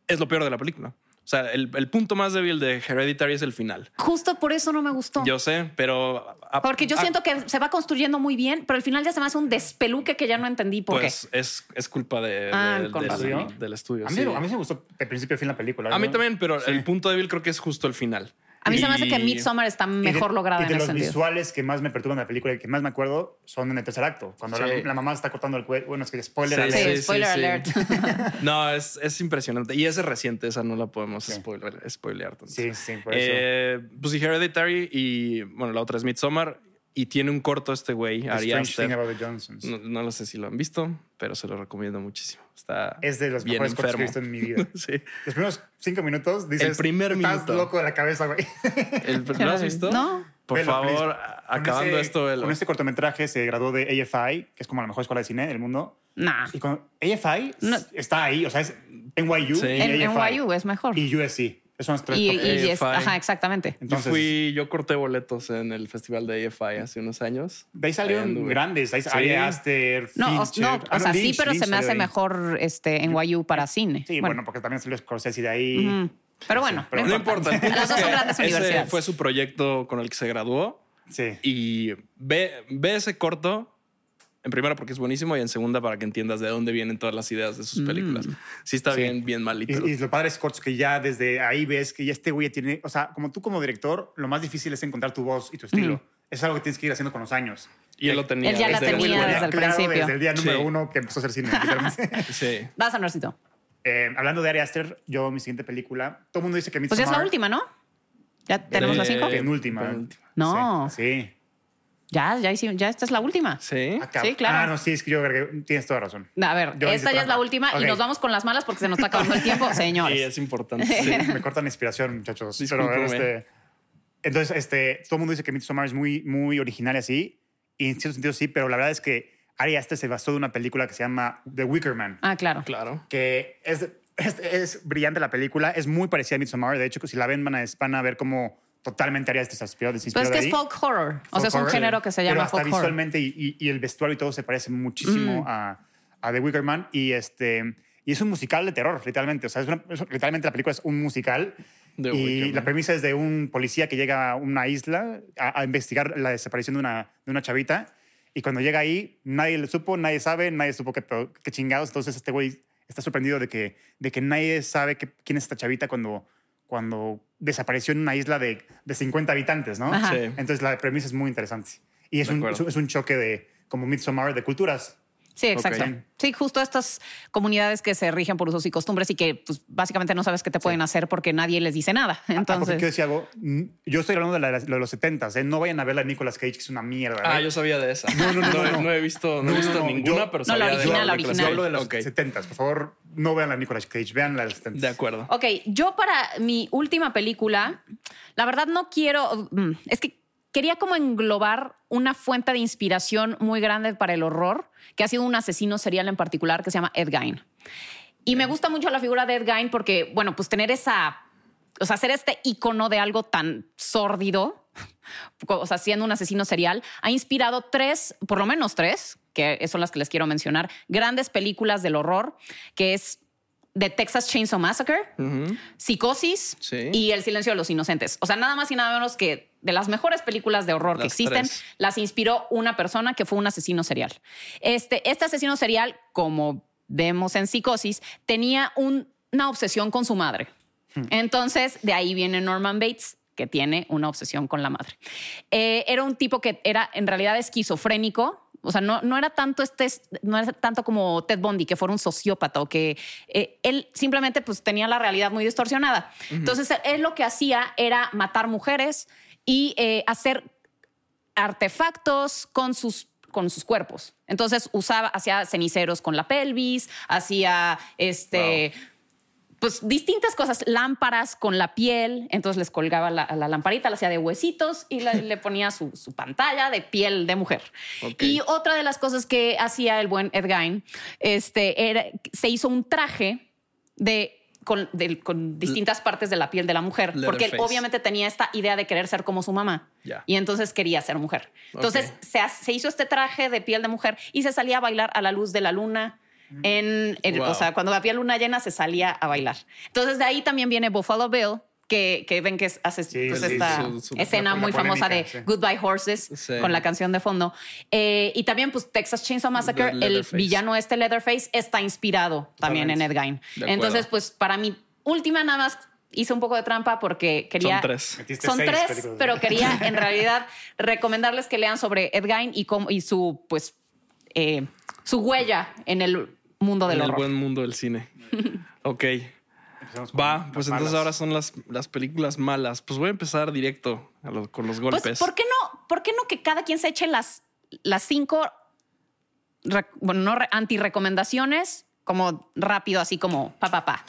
Speaker 2: es lo peor de la película. O sea, el, el punto más débil de Hereditary es el final.
Speaker 3: Justo por eso no me gustó.
Speaker 2: Yo ah sé, pero. a-
Speaker 3: Porque yo
Speaker 2: a-
Speaker 3: siento que se va construyendo muy bien, pero al final ya se me hace un despeluque que ya no entendí por
Speaker 2: Pues es, es culpa de,
Speaker 3: Ah,
Speaker 2: del-
Speaker 3: con
Speaker 2: del-
Speaker 1: razón.
Speaker 2: del estudio.
Speaker 1: A mí,
Speaker 2: sí.
Speaker 1: a mí sí me gustó de principio a fin la película.
Speaker 2: A mí
Speaker 1: Yo-
Speaker 2: también, pero
Speaker 1: Sí.
Speaker 2: el punto débil creo que es justo el final.
Speaker 3: qué. A mí se me hace que
Speaker 2: Y-
Speaker 3: Midsommar está
Speaker 1: Y de-
Speaker 3: mejor lograda
Speaker 1: y de
Speaker 3: en ese
Speaker 1: los
Speaker 3: sentido.
Speaker 1: visuales que más me perturban de la película y que más me acuerdo son en el tercer acto, cuando la,
Speaker 2: Sí.
Speaker 1: la mamá está cortando el cuello. Bueno, es que spoiler.
Speaker 2: Sí,
Speaker 1: alert.
Speaker 3: Sí,
Speaker 2: sí, sí,
Speaker 3: spoiler
Speaker 2: sí.
Speaker 3: alert.
Speaker 2: [LAUGHS]
Speaker 3: [LAUGHS]
Speaker 2: No, es, es impresionante. Y esa es reciente, esa no la podemos spoiler- spoilear. tanto.
Speaker 1: Sí, sí, por eso.
Speaker 2: Eh, pues sí, Hereditary y bueno, la otra es Midsommar y tiene un corto este güey,
Speaker 1: The
Speaker 2: Ari
Speaker 1: Strange Thing
Speaker 2: Aster.
Speaker 1: About the Johnsons.
Speaker 2: No, no lo sé si lo han visto, pero se lo recomiendo muchísimo. Está
Speaker 1: Es de los
Speaker 2: bien
Speaker 1: mejores cortos que he visto
Speaker 2: enfermo.
Speaker 1: en mi vida.
Speaker 2: [LAUGHS] Sí.
Speaker 1: [LAUGHS] Los primeros cinco minutos dices,
Speaker 2: El primer
Speaker 1: estás
Speaker 2: minuto.
Speaker 1: loco de la cabeza, güey.
Speaker 2: El- ¿Lo has visto?
Speaker 3: No.
Speaker 2: [LAUGHS] Por
Speaker 1: Velo,
Speaker 2: favor,
Speaker 1: please.
Speaker 2: a-
Speaker 1: Con
Speaker 2: acabando
Speaker 1: ese-
Speaker 2: esto, velo.
Speaker 1: Con este cortometraje se graduó de AFI, que es como la mejor escuela de cine del mundo.
Speaker 3: Nah.
Speaker 1: Y con AFI
Speaker 3: No.
Speaker 1: está ahí, o sea, es NYU
Speaker 2: Sí.
Speaker 1: y
Speaker 3: En, en
Speaker 1: AFI.
Speaker 3: YU es mejor. Y,
Speaker 1: Y USC. Esos son los tres
Speaker 3: y-
Speaker 1: top.
Speaker 3: y es-
Speaker 2: AFI.
Speaker 3: ajá, exactamente.
Speaker 2: yo
Speaker 1: Entonces,
Speaker 2: fui, yo corté boletos en el festival de AFI hace unos años.
Speaker 1: de ahí
Speaker 2: Ahí
Speaker 1: salieron
Speaker 2: anduve.
Speaker 1: grandes. De ahí
Speaker 2: Sí.
Speaker 1: Ari Aster,
Speaker 3: No, o-
Speaker 1: Fincher.
Speaker 3: no,
Speaker 1: Ah,
Speaker 3: o sea, sí,
Speaker 1: Lynch,
Speaker 3: pero
Speaker 1: Lynch
Speaker 3: se me
Speaker 1: salió
Speaker 3: hace
Speaker 1: ahí.
Speaker 3: mejor este, en YU para cine.
Speaker 1: Sí, bueno, porque también salió Scorsese de ahí.
Speaker 3: Ujú. Pero bueno,
Speaker 1: pero
Speaker 3: no
Speaker 2: No importa.
Speaker 3: importa.
Speaker 2: el punto
Speaker 3: Las
Speaker 2: es
Speaker 3: dos son
Speaker 2: que
Speaker 3: grandes
Speaker 2: ese
Speaker 3: universidades.
Speaker 2: fue su proyecto con el que se graduó.
Speaker 1: Sí.
Speaker 2: y ve, ve ese corto. En primera porque es buenísimo y en segunda para que entiendas de dónde vienen todas las ideas de
Speaker 3: Mm.
Speaker 2: sus películas. Sí está
Speaker 1: Sí.
Speaker 2: bien, bien malito.
Speaker 1: Y, y lo padre es cortos que ya desde ahí ves que ya este güey tiene, o sea, como tú como director, lo más difícil es encontrar tu voz y tu estilo. Es algo que tienes que ir haciendo con los años. Este
Speaker 2: Y él lo tenía.
Speaker 3: Él ya la
Speaker 2: desde
Speaker 3: tenía
Speaker 2: muy
Speaker 3: desde
Speaker 1: Claro,
Speaker 3: el principio.
Speaker 1: Desde el día número
Speaker 2: Sí.
Speaker 1: uno que empezó a hacer cine. literalmente. [LAUGHS]
Speaker 2: Sí.
Speaker 3: Vas, Andorcito.
Speaker 1: Eh, hablando de Ari Aster, yo mi siguiente película, todo el mundo dice que
Speaker 3: Pues ya es la
Speaker 1: Midsommar-
Speaker 3: última, ¿no? ¿Ya tenemos la
Speaker 2: Eh,
Speaker 3: cinco?
Speaker 1: Penúltima.
Speaker 2: Penúltima.
Speaker 3: No.
Speaker 1: Sí.
Speaker 3: Ya, ya, hicimos- ya esta es la última.
Speaker 2: Sí.
Speaker 1: sí. Acá-
Speaker 3: Sí, claro.
Speaker 1: Ah, no, sí, es que yo creo que tienes toda razón.
Speaker 3: A ver,
Speaker 1: Yo hice
Speaker 3: esta ya es la
Speaker 1: trampa.
Speaker 3: última
Speaker 1: Ok.
Speaker 3: y nos vamos con las malas porque se nos está acabando el
Speaker 1: [LAUGHS]
Speaker 3: tiempo,
Speaker 2: Y
Speaker 3: señores.
Speaker 2: es importante. sí.
Speaker 3: [LAUGHS]
Speaker 1: Me cortan la inspiración, muchachos. Pero,
Speaker 2: Discúlpame.
Speaker 1: este, entonces, este, todo el mundo dice que Midsommar es muy, muy original y así. Y en cierto sentido sí, pero la verdad es que Ari Aster se basó de una película que se llama The Wicker Man,
Speaker 3: Ah, claro.
Speaker 2: Claro.
Speaker 1: que es, es, es brillante la película, es muy parecida a Midsommar. De hecho, que si la ven, van a, van a ver como totalmente Ari Aster se inspiró. se
Speaker 3: Pero
Speaker 1: inspiró
Speaker 3: Pues es
Speaker 1: de
Speaker 3: que es
Speaker 1: ahí.
Speaker 3: folk horror. O sea, es un
Speaker 1: horror.
Speaker 3: género que se
Speaker 1: Pero
Speaker 3: llama
Speaker 1: hasta
Speaker 3: folk horror.
Speaker 1: visualmente y, y- y el vestuario y todo se parece
Speaker 3: Mm.
Speaker 1: muchísimo a, a The Wicker Man. Y, este, y es un musical de terror, literalmente. O sea, es una- es- literalmente la película es un musical.
Speaker 2: The Wicker
Speaker 1: y
Speaker 2: Man.
Speaker 1: la premisa es de un policía que llega a una isla a, a investigar la desaparición de una, de una chavita. Y cuando llega ahí, nadie le supo, nadie sabe, nadie supo qué, pe- qué chingados. Entonces este güey está sorprendido de que, de que nadie sabe qué- quién es esta chavita cuando, cuando desapareció en una isla de, de 50 habitantes, ¿no?
Speaker 3: Ajá.
Speaker 2: Sí.
Speaker 1: Entonces la premisa es muy interesante. Y es,
Speaker 2: De
Speaker 1: un,
Speaker 2: acuerdo.
Speaker 1: es un choque de como Midsommar de culturas. Ah,
Speaker 3: Sí, exacto.
Speaker 1: Ok.
Speaker 3: Sí, justo estas comunidades que se rigen por usos y costumbres y que pues, básicamente no sabes qué te pueden hacer porque nadie les dice
Speaker 1: Ah,
Speaker 3: nada.
Speaker 1: Entonces,
Speaker 3: Entonces,
Speaker 1: decía algo. Mm, Yo estoy hablando de, la- lo de los 70 ¿eh? No vayan a ver la Nicolas Cage, que es una mierda.
Speaker 2: Ah,
Speaker 1: ¿eh?
Speaker 2: yo sabía de esa.
Speaker 1: No, no, no, no, no.
Speaker 2: he visto,
Speaker 1: No,
Speaker 2: no, he visto
Speaker 1: no, no,
Speaker 2: ninguna,
Speaker 1: yo-
Speaker 2: pero
Speaker 3: No, la
Speaker 2: sabía
Speaker 3: original,
Speaker 2: de
Speaker 3: la
Speaker 2: de
Speaker 3: original.
Speaker 1: Yo hablo de
Speaker 2: Cage.
Speaker 1: los
Speaker 2: Ok,
Speaker 1: 70 Por favor, no vean la Nicolas Cage, vean la de los 70
Speaker 2: De acuerdo.
Speaker 3: ok, yo para mi última película, la verdad no quiero, mm, es que quería como englobar una fuente de inspiración muy grande para el horror, que ha sido un asesino serial en particular que se llama Ed Gein. Y me gusta mucho la figura de Ed Gein porque, bueno, pues tener esa, o sea, ser este icono de algo tan sórdido, [LAUGHS] o sea, siendo un asesino serial, ha inspirado tres, por lo menos tres, que son las que les quiero mencionar, grandes películas del horror, que es The Texas Chainsaw Massacre,
Speaker 2: Ujú.
Speaker 3: Psicosis
Speaker 2: Sí.
Speaker 3: y El Silencio de los Inocentes. O sea, nada más y nada menos que de las mejores películas de horror que
Speaker 2: Las
Speaker 3: existen,
Speaker 2: tres.
Speaker 3: las inspiró una persona que fue un asesino serial. Este, este asesino serial, como vemos en Psicosis, tenía un- una obsesión con su madre. Entonces, de ahí viene Norman Bates, que tiene una obsesión con la madre. Eh, era un tipo que era en realidad esquizofrénico. O sea, no, no era tanto este, no era tanto como Ted Bundy, que fuera un sociópata o que eh, él simplemente pues, tenía la realidad muy distorsionada. Entonces, él lo que hacía era matar mujeres y eh, hacer artefactos con sus con sus cuerpos. Entonces usaba, hacía ceniceros con la pelvis, hacía este, pues distintas cosas, lámparas con la piel, entonces les colgaba la, la lamparita, la hacía de huesitos y la- le ponía su, su pantalla de piel de mujer.
Speaker 2: Ok.
Speaker 3: Y otra de las cosas que hacía el buen Ed Gein, este, era, se hizo un traje de... Con, del- con distintas partes de la piel de la mujer, porque él
Speaker 2: Leatherface.
Speaker 3: obviamente tenía esta idea de querer ser como su mamá.
Speaker 2: Ya.
Speaker 3: Y entonces quería ser mujer. Entonces
Speaker 2: Ok.
Speaker 3: se, ha- se hizo este traje de piel de mujer y se salía a bailar a la luz de la luna. En, en-
Speaker 2: Wow.
Speaker 3: O sea, cuando había luna llena se salía a bailar. Entonces de ahí también viene Buffalo Bill, que, que ven que es- hace
Speaker 1: Sí,
Speaker 3: pues,
Speaker 1: sí,
Speaker 3: esta
Speaker 2: su- su-
Speaker 3: escena
Speaker 1: la
Speaker 3: muy famosa de
Speaker 1: polémica, sí.
Speaker 3: Goodbye Horses
Speaker 2: Sí.
Speaker 3: con la canción de fondo. Eh, y también pues Texas Chainsaw Massacre, el
Speaker 2: Leatherface.
Speaker 3: villano este Leatherface está inspirado también en Ed
Speaker 2: Totalmente.
Speaker 3: Gein.
Speaker 2: De acuerdo.
Speaker 3: Entonces pues para mi última nada más hice un poco de trampa porque quería...
Speaker 2: Son tres.
Speaker 1: Metiste
Speaker 3: Son
Speaker 1: seis
Speaker 3: tres,
Speaker 1: películas.
Speaker 3: pero quería
Speaker 1: [LAUGHS]
Speaker 3: en realidad recomendarles que lean sobre Ed Gein y, cómo- y su, pues, eh, su huella en el mundo del
Speaker 2: En el
Speaker 3: horror.
Speaker 2: buen mundo del
Speaker 3: [LAUGHS]
Speaker 2: cine. ok.
Speaker 1: Empezamos con
Speaker 2: Va,
Speaker 1: las
Speaker 2: pues entonces
Speaker 1: malas.
Speaker 2: ahora son las, las películas malas. Pues voy a empezar directo a lo- con los golpes.
Speaker 3: Pues, ¿por qué no, por qué no que cada quien se eche las, las cinco rec- bueno, no re- antirecomendaciones como rápido, así como pa, pa, pa?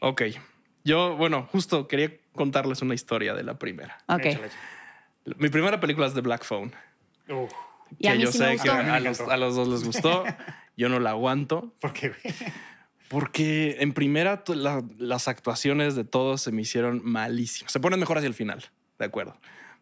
Speaker 2: Ok. Yo, bueno, justo quería contarles una historia de la primera.
Speaker 3: Ok.
Speaker 1: Échale, échale.
Speaker 2: Mi primera película es The Black Phone.
Speaker 1: Uf,
Speaker 3: Y a
Speaker 2: que
Speaker 3: mí
Speaker 2: yo
Speaker 3: sí
Speaker 2: sé
Speaker 3: me
Speaker 2: que
Speaker 3: gustó.
Speaker 1: A
Speaker 2: a
Speaker 1: mí me
Speaker 2: los,
Speaker 1: encantó.
Speaker 2: a los dos les
Speaker 3: [LAUGHS]
Speaker 2: gustó. yo no la aguanto.
Speaker 1: ¿Por qué? güey?
Speaker 2: Porque en primera to- la- las actuaciones de todos se me hicieron malísimas. Se ponen mejor hacia el final, de acuerdo.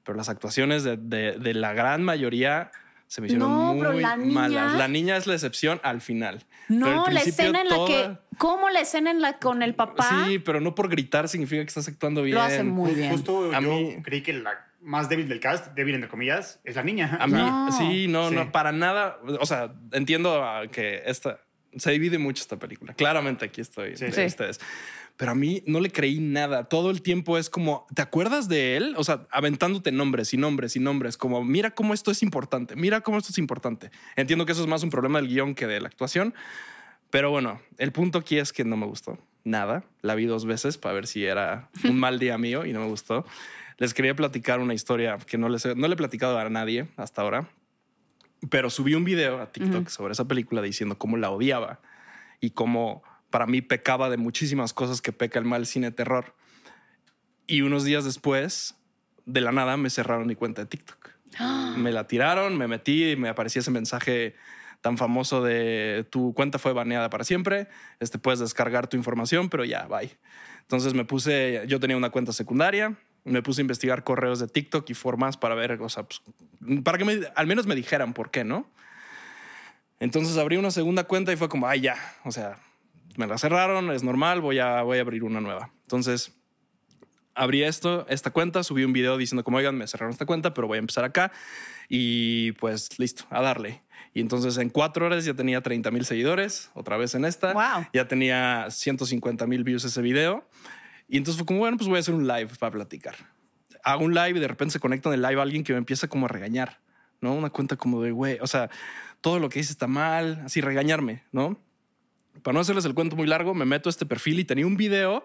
Speaker 2: Pero las actuaciones de, de- de la gran mayoría se me hicieron
Speaker 3: No, pero
Speaker 2: muy
Speaker 3: la niña-
Speaker 2: malas. La niña es la excepción al final. Pero
Speaker 3: No,
Speaker 2: al
Speaker 3: la
Speaker 2: principio
Speaker 3: escena en la que.
Speaker 2: toda-
Speaker 3: ¿Cómo la escena en la con el papá?
Speaker 2: Sí, pero no por gritar significa que estás actuando bien.
Speaker 3: lo hace muy bien.
Speaker 1: Justo
Speaker 2: A
Speaker 1: yo
Speaker 2: mí-
Speaker 1: creí que la más débil del cast, débil entre comillas, es la niña.
Speaker 2: A
Speaker 1: O sea,
Speaker 2: mí,
Speaker 3: No.
Speaker 2: sí, no,
Speaker 1: Sí.
Speaker 2: no, para nada. O sea, entiendo ah, que esta se divide mucho esta película. Claramente aquí estoy
Speaker 1: Sí.
Speaker 2: de
Speaker 3: Sí.
Speaker 2: ustedes. Pero a mí no le creí nada. Todo el tiempo es como, ¿te acuerdas de él? O sea, aventándote nombres y nombres y nombres, como, mira cómo esto es importante, mira cómo esto es importante. Entiendo que eso es más un problema del guión que de la actuación. Pero bueno, el punto aquí es que no me gustó nada. La vi dos veces para ver si era un mal día mío y no me gustó. Les quería platicar una historia que no, les he- no le he platicado a nadie hasta ahora, pero subí un video a TikTok sobre esa película diciendo cómo la odiaba y cómo para mí pecaba de muchísimas cosas que peca el mal cine de terror. Y unos días después, de la nada, me cerraron mi cuenta de TikTok. Me la tiraron, me metí y me aparecía ese mensaje tan famoso de tu cuenta fue baneada para siempre, este, puedes descargar tu información, pero ya, bye. Entonces me puse, yo tenía una cuenta secundaria, me puse a investigar correos de TikTok y formas para ver, o sea, pues, para que me- al menos me dijeran por qué, ¿no? Entonces abrí una segunda cuenta y fue como, ay, ya, o sea, me la cerraron, es normal, voy a, voy a abrir una nueva. Entonces abrí esto, esta cuenta, subí un video diciendo como, oigan, me cerraron esta cuenta, pero voy a empezar acá y pues listo, a darle. Y entonces en cuatro horas ya tenía 30 mil seguidores, otra vez en esta,
Speaker 3: Wow.
Speaker 2: ya tenía 150 mil views ese video. Y entonces fue como, bueno, pues voy a hacer un live para platicar. Hago un live y de repente se conecta en el live alguien que me empieza como a regañar, ¿no? Una cuenta como de, güey, o sea, todo lo que dices está mal, así regañarme, ¿no? Para no hacerles el cuento muy largo, me meto a este perfil y tenía un video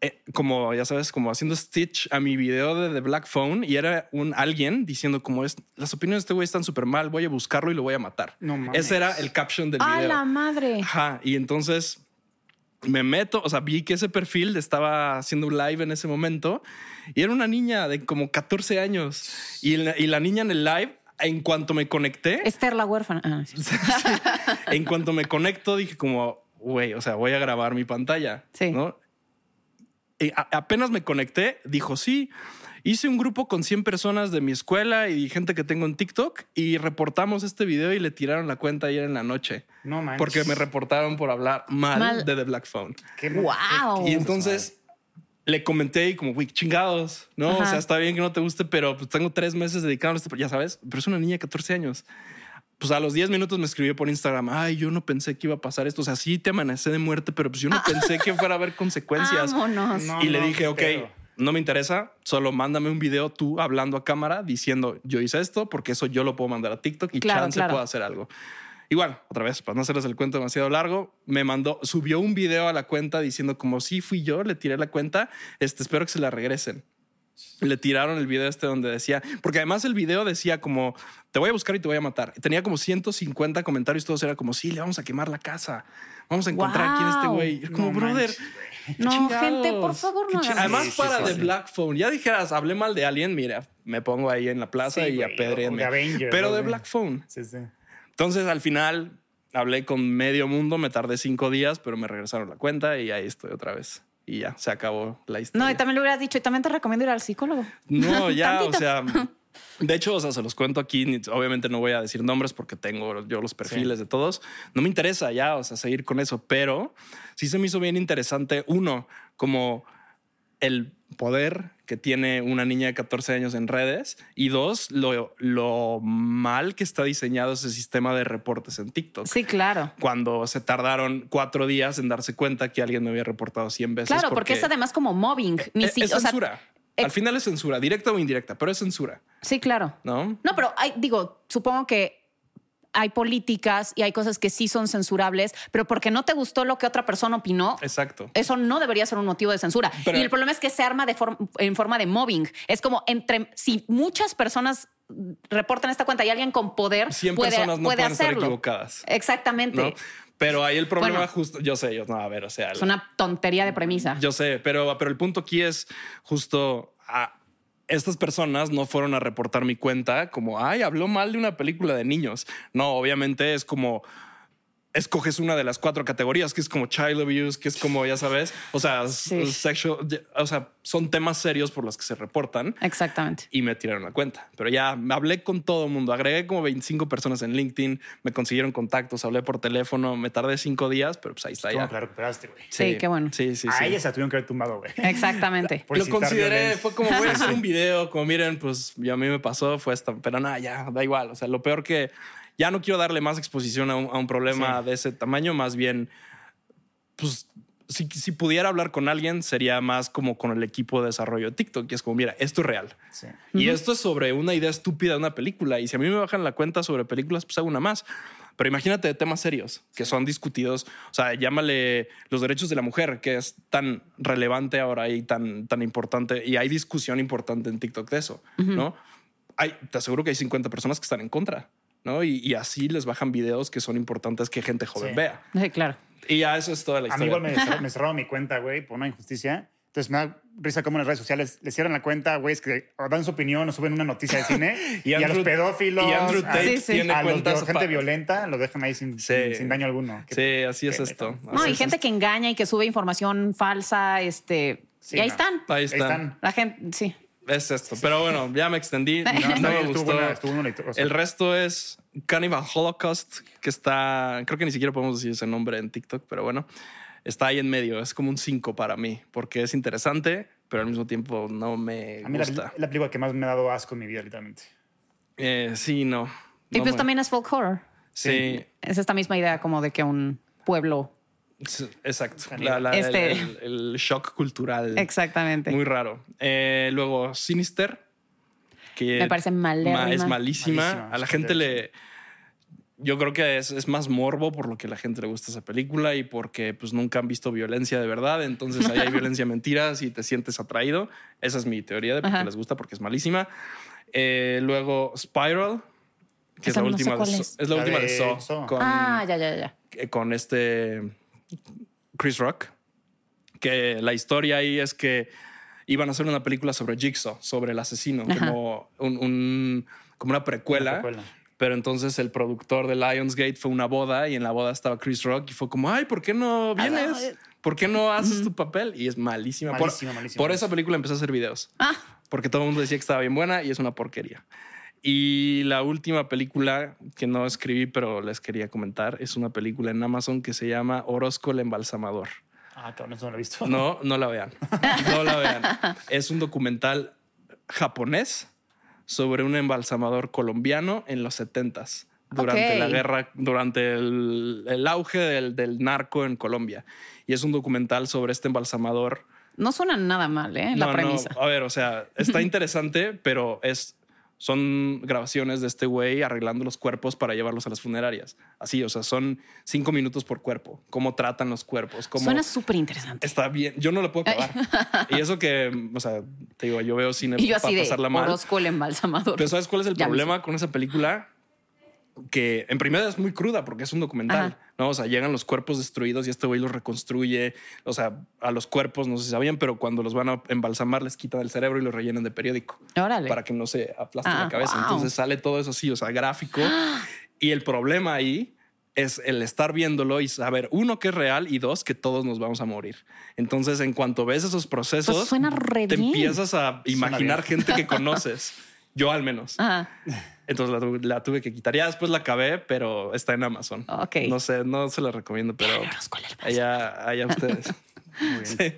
Speaker 2: eh, como ya sabes, como haciendo stitch a mi video de The Black Phone y era un alguien diciendo como es las opiniones de este güey están súper mal, voy a buscarlo y lo voy a matar.
Speaker 1: No mames.
Speaker 2: Ese era el caption del
Speaker 3: ¡A
Speaker 2: video.
Speaker 3: la madre!
Speaker 2: Ajá, y entonces me meto, o sea, vi que ese perfil estaba haciendo un live en ese momento y era una niña de como 14 años y la, y la niña en el live, en cuanto me conecté,
Speaker 3: Esther la huérfana. Ah, no, sí.
Speaker 2: en cuanto me conecto, dije como, güey, o sea, voy a grabar mi pantalla.
Speaker 3: Sí.
Speaker 2: ¿no? Y a- apenas me conecté, dijo, sí, hice un grupo con 100 personas de mi escuela y gente que tengo en TikTok y reportamos este video y le tiraron la cuenta ayer en la noche.
Speaker 1: No manches.
Speaker 2: Porque me reportaron por hablar mal,
Speaker 3: Mal.
Speaker 2: de The Black Phone.
Speaker 1: Qué
Speaker 3: ¡Wow!
Speaker 2: Y entonces le comenté y como, güey, chingados, ¿no? O
Speaker 3: Ajá.
Speaker 2: sea, está bien que no te guste, pero pues tengo tres meses dedicado a esto, pero ya sabes, pero es una niña de 14 años. Pues a los 10 minutos me escribió por Instagram, ay, yo no pensé que iba a pasar esto, o sea, sí te amanecé de muerte, pero pues yo
Speaker 3: Ah.
Speaker 2: no pensé que fuera a
Speaker 3: [LAUGHS]
Speaker 2: haber consecuencias.
Speaker 3: Vámonos.
Speaker 1: No,
Speaker 2: y le
Speaker 1: no,
Speaker 2: dije,
Speaker 1: qué
Speaker 2: ok,
Speaker 1: pedo.
Speaker 2: no me interesa, solo mándame un video tú hablando a cámara diciendo yo hice esto porque eso yo lo puedo mandar a TikTok y
Speaker 3: Claro,
Speaker 2: chance
Speaker 3: claro.
Speaker 2: puedo hacer algo. Igual, otra vez, para no hacerles el cuento demasiado largo, me mandó, subió un video a la cuenta diciendo como sí fui yo, le tiré la cuenta, este, espero que se la regresen. Le tiraron el video este donde decía, porque además el video decía como, te voy a buscar y te voy a matar. Y Tenía como 150 comentarios, todos era como, sí, le vamos a quemar la casa, vamos a encontrar quién es este
Speaker 3: Guau.
Speaker 2: güey. Y era Como,
Speaker 1: No
Speaker 2: brother,
Speaker 1: manches,
Speaker 3: No,
Speaker 2: Chingados.
Speaker 3: gente, por favor, no
Speaker 2: Qué chi-
Speaker 3: hagan
Speaker 2: Además,
Speaker 1: Sí, sí,
Speaker 2: para
Speaker 1: sí,
Speaker 2: The
Speaker 1: sí.
Speaker 2: Black Phone, ya dijeras, hablé mal de alguien, mira, me pongo ahí en la plaza
Speaker 1: Sí,
Speaker 2: y
Speaker 1: güey, o de
Speaker 2: apedrenme.
Speaker 1: Avengers,
Speaker 2: Pero
Speaker 1: ¿no?
Speaker 2: de Black Ah, Phone.
Speaker 1: Sí, sí.
Speaker 2: Entonces, al final, hablé con medio mundo, me tardé cinco días, pero me regresaron la cuenta y ahí estoy otra vez. Y ya, se acabó la historia.
Speaker 3: No, y también lo hubieras dicho, y también te recomiendo ir al psicólogo.
Speaker 2: No, ya, o
Speaker 3: [LAUGHS] Tantito.
Speaker 2: sea. De hecho, o sea, se los cuento aquí. ni- Obviamente no voy a decir nombres porque tengo yo los perfiles de todos. No me interesa ya, o sea, seguir con eso, pero sí se me hizo bien interesante. Uno, como el poder que tiene una niña de 14 años en redes y dos, lo, lo mal que está diseñado ese sistema de reportes en TikTok.
Speaker 3: Sí, claro.
Speaker 2: Cuando se tardaron cuatro días en darse cuenta que alguien me había reportado 100 veces.
Speaker 3: Claro, porque, es además como mobbing. Ni
Speaker 2: es,
Speaker 3: si-
Speaker 2: es
Speaker 3: o sea,
Speaker 2: censura.
Speaker 3: eh,
Speaker 2: Al final es censura, directa o indirecta, pero es censura,
Speaker 3: sí, claro.
Speaker 2: ¿no?
Speaker 3: No, pero hay, digo, supongo que hay políticas y hay cosas que sí son censurables, pero porque no te gustó lo que otra persona opinó,
Speaker 2: Exacto.
Speaker 3: eso no debería ser un motivo de censura.
Speaker 2: Pero-
Speaker 3: y el problema es que se arma de form- en forma de mobbing. Es como entre si muchas personas reportan esta cuenta y alguien con poder
Speaker 2: 100
Speaker 3: puede,
Speaker 2: personas no
Speaker 3: puede
Speaker 2: pueden estar
Speaker 3: hacerlo.
Speaker 2: equivocadas,
Speaker 3: Exactamente.
Speaker 2: ¿no? Pero ahí el problema
Speaker 3: Bueno.
Speaker 2: justo, yo sé, yo no, a ver, o sea,
Speaker 3: Es una tontería de premisa.
Speaker 2: yo sé, pero, pero el punto aquí es justo a estas personas no fueron a reportar mi cuenta como, ay, habló mal de una película de niños. No, obviamente es como escoges una de las cuatro categorías, que es como child abuse, que es como, ya sabes, o sea,
Speaker 3: Sí.
Speaker 2: sexual, o sea, son temas serios por los que se reportan.
Speaker 3: Exactamente.
Speaker 2: y me tiraron la cuenta. Pero ya me hablé con todo el mundo, agregué como 25 personas en LinkedIn, me consiguieron contactos, hablé por teléfono, me tardé cinco días, pero pues ahí está
Speaker 1: ¿Cómo
Speaker 2: ya.
Speaker 1: que la recuperaste, güey?
Speaker 3: Sí, qué bueno.
Speaker 2: Sí, sí,
Speaker 1: A
Speaker 2: sí.
Speaker 1: ella se la tuvieron que haber tumbado, güey.
Speaker 3: Exactamente.
Speaker 1: Por
Speaker 2: Lo
Speaker 1: citar
Speaker 2: consideré,
Speaker 1: violencia.
Speaker 2: fue como voy a hacer un video, como miren, pues ya a mí me pasó, fue esta, pero nada, ya, da igual. O sea, lo peor que ya no quiero darle más exposición a un, a un problema de ese tamaño, más bien, pues si, si pudiera hablar con alguien, sería más como con el equipo de desarrollo de TikTok, que es como, mira, esto es real.
Speaker 1: Sí.
Speaker 2: Y esto es sobre una idea estúpida de una película. Y si a mí me bajan la cuenta sobre películas, pues hago una más. Pero imagínate de temas serios que son discutidos. O sea, llámale los derechos de la mujer, que es tan relevante ahora y tan, tan importante. Y hay discusión importante en TikTok de eso, ¿no? Hay, te aseguro que hay 50 personas que están en contra, ¿no? Y, y así les bajan videos que son importantes que gente joven
Speaker 1: Sí.
Speaker 2: vea.
Speaker 3: Sí, claro.
Speaker 2: Y ya eso es toda la
Speaker 1: A mí
Speaker 2: historia.
Speaker 1: igual me cerró- me cerraron mi cuenta, güey, por una injusticia. Entonces me da risa cómo en las redes sociales le cierran la cuenta, güey, es que dan su opinión o suben una noticia de
Speaker 2: [LAUGHS]
Speaker 1: cine y, a los
Speaker 2: Andrew-
Speaker 1: pedófilos,
Speaker 2: y Andrew
Speaker 1: a-
Speaker 2: Tate
Speaker 3: Sí, sí.
Speaker 2: tiene
Speaker 1: a los
Speaker 2: cuentas
Speaker 1: gente
Speaker 2: pa-
Speaker 1: violenta, lo dejan ahí sin,
Speaker 2: Sí.
Speaker 1: sin- sin daño alguno. Qué-
Speaker 2: Sí, así es
Speaker 1: qué-
Speaker 2: esto.
Speaker 3: No,
Speaker 2: Así
Speaker 3: y
Speaker 2: es
Speaker 3: gente
Speaker 2: esto.
Speaker 3: que engaña y que sube información falsa, este.
Speaker 1: Sí,
Speaker 3: y ahí
Speaker 1: no.
Speaker 3: están.
Speaker 2: Ahí
Speaker 1: Ahí
Speaker 2: está.
Speaker 1: están.
Speaker 3: La gente, sí.
Speaker 2: Es esto. Pero bueno, ya
Speaker 1: [LAUGHS]
Speaker 2: me extendí. No,
Speaker 1: No,
Speaker 2: no
Speaker 1: está
Speaker 2: me
Speaker 1: bien, estuvo
Speaker 2: gustó.
Speaker 1: buena- estuvo buena la historia, o sea.
Speaker 2: El resto es Cannibal Holocaust, que está. Creo que ni siquiera podemos decir ese nombre en TikTok, pero bueno, está ahí en medio. Es como un 5 para mí, porque es interesante, pero al mismo tiempo no me
Speaker 1: A mí la,
Speaker 2: gusta.
Speaker 1: la película que más me ha dado asco en mi vida, literalmente.
Speaker 2: Eh, sí, no.
Speaker 3: Y
Speaker 2: No
Speaker 3: pues
Speaker 2: me-
Speaker 3: también es folk horror.
Speaker 2: Sí,
Speaker 3: Es esta misma idea como de que un pueblo.
Speaker 2: sí, exacto. La- la- el-
Speaker 3: Este-
Speaker 2: el, el shock cultural.
Speaker 3: Exactamente.
Speaker 2: Muy raro. Eh, luego, Sinister. Que
Speaker 3: Me parece
Speaker 2: ma-
Speaker 3: malérrima.
Speaker 2: Es malísima.
Speaker 1: Malísima,
Speaker 2: A la
Speaker 1: es
Speaker 2: gente le. yo creo que es, es más morbo por lo que a la gente le gusta esa película y porque pues nunca han visto violencia de verdad, entonces
Speaker 3: [LAUGHS]
Speaker 2: ahí hay violencia de mentiras y te sientes atraído. Esa es mi teoría de por
Speaker 3: Ajá.
Speaker 2: qué les gusta, porque es malísima. Eh, luego Spiral, que es
Speaker 3: Esa
Speaker 2: la,
Speaker 3: no sé
Speaker 2: última de
Speaker 3: cuál
Speaker 2: So-
Speaker 3: es.
Speaker 2: es la
Speaker 1: La
Speaker 2: última de
Speaker 1: de
Speaker 2: So,
Speaker 1: So.
Speaker 2: Con,
Speaker 3: Ah, ya, ya, ya.
Speaker 2: eh, con este Chris Rock, que la historia ahí es que iban a hacer una película sobre Jigsaw, sobre el asesino,
Speaker 3: Ajá.
Speaker 2: como, un, un- como una precuela.
Speaker 1: Una precuela.
Speaker 2: Pero entonces el productor de Lionsgate fue a una boda y en la boda estaba Chris Rock y fue como, ay, ¿por qué no vienes? ¿Por qué no haces tu papel? Y es malísima. Por-
Speaker 1: Malísima, malísima,
Speaker 2: por esa
Speaker 1: malísima.
Speaker 2: película empecé a hacer videos
Speaker 3: Ah,
Speaker 2: porque todo el mundo decía que estaba bien buena y es una porquería. Y la última película que no escribí, pero les quería comentar, es una película en Amazon que se llama Orozco el Embalsamador.
Speaker 1: Ah, cabrón, eso no lo he visto. [LAUGHS]
Speaker 2: No, no la vean. No la vean. Es un documental japonés sobre un embalsamador colombiano en los 70s, durante
Speaker 3: Ok.
Speaker 2: la guerra, durante el, el auge del, del narco en Colombia. Y es un documental sobre este embalsamador
Speaker 3: no suena nada mal, ¿eh? La
Speaker 2: no, no,
Speaker 3: premisa.
Speaker 2: a ver, o sea, está interesante, pero es son grabaciones de este güey arreglando los cuerpos para llevarlos a las funerarias. Así, o sea, son cinco minutos por cuerpo. Cómo tratan los cuerpos. Cómo
Speaker 3: Suena súper interesante.
Speaker 2: está bien. Yo no lo puedo acabar. y eso que, o sea, te digo, yo veo cine
Speaker 3: [LAUGHS] Y yo
Speaker 2: para
Speaker 3: así de
Speaker 2: pasarla mal.
Speaker 3: Orozco el embalsamador.
Speaker 2: Pero ¿sabes cuál es el
Speaker 3: Ya me
Speaker 2: problema con esa película? Que en primera es muy cruda porque es un documental,
Speaker 3: Ajá.
Speaker 2: ¿no? O sea, llegan los cuerpos destruidos y este güey los reconstruye. O sea, a los cuerpos, no sé si sabían, pero cuando los van a embalsamar les quitan el cerebro y los rellenan de periódico
Speaker 3: Órale.
Speaker 2: para que no se aplaste
Speaker 3: Ah,
Speaker 2: la cabeza.
Speaker 3: wow. Ah.
Speaker 2: Entonces sale todo eso así, o sea, gráfico. y el problema ahí es el estar viéndolo y saber, uno, que es real y dos, que todos nos vamos a morir. Entonces, en cuanto ves esos procesos,
Speaker 3: Pues suena re
Speaker 2: te
Speaker 3: bien.
Speaker 2: empiezas a imaginar
Speaker 1: bien. [LAUGHS]
Speaker 2: gente que conoces. Yo al menos.
Speaker 3: Ajá.
Speaker 2: Entonces la, tu- la tuve que quitar. Ya después la acabé, pero está en Amazon.
Speaker 3: Ok.
Speaker 2: No sé, no se la recomiendo, pero
Speaker 3: Vean Orozco el embalsamador.
Speaker 2: allá, allá
Speaker 3: [LAUGHS]
Speaker 2: ustedes. Sí.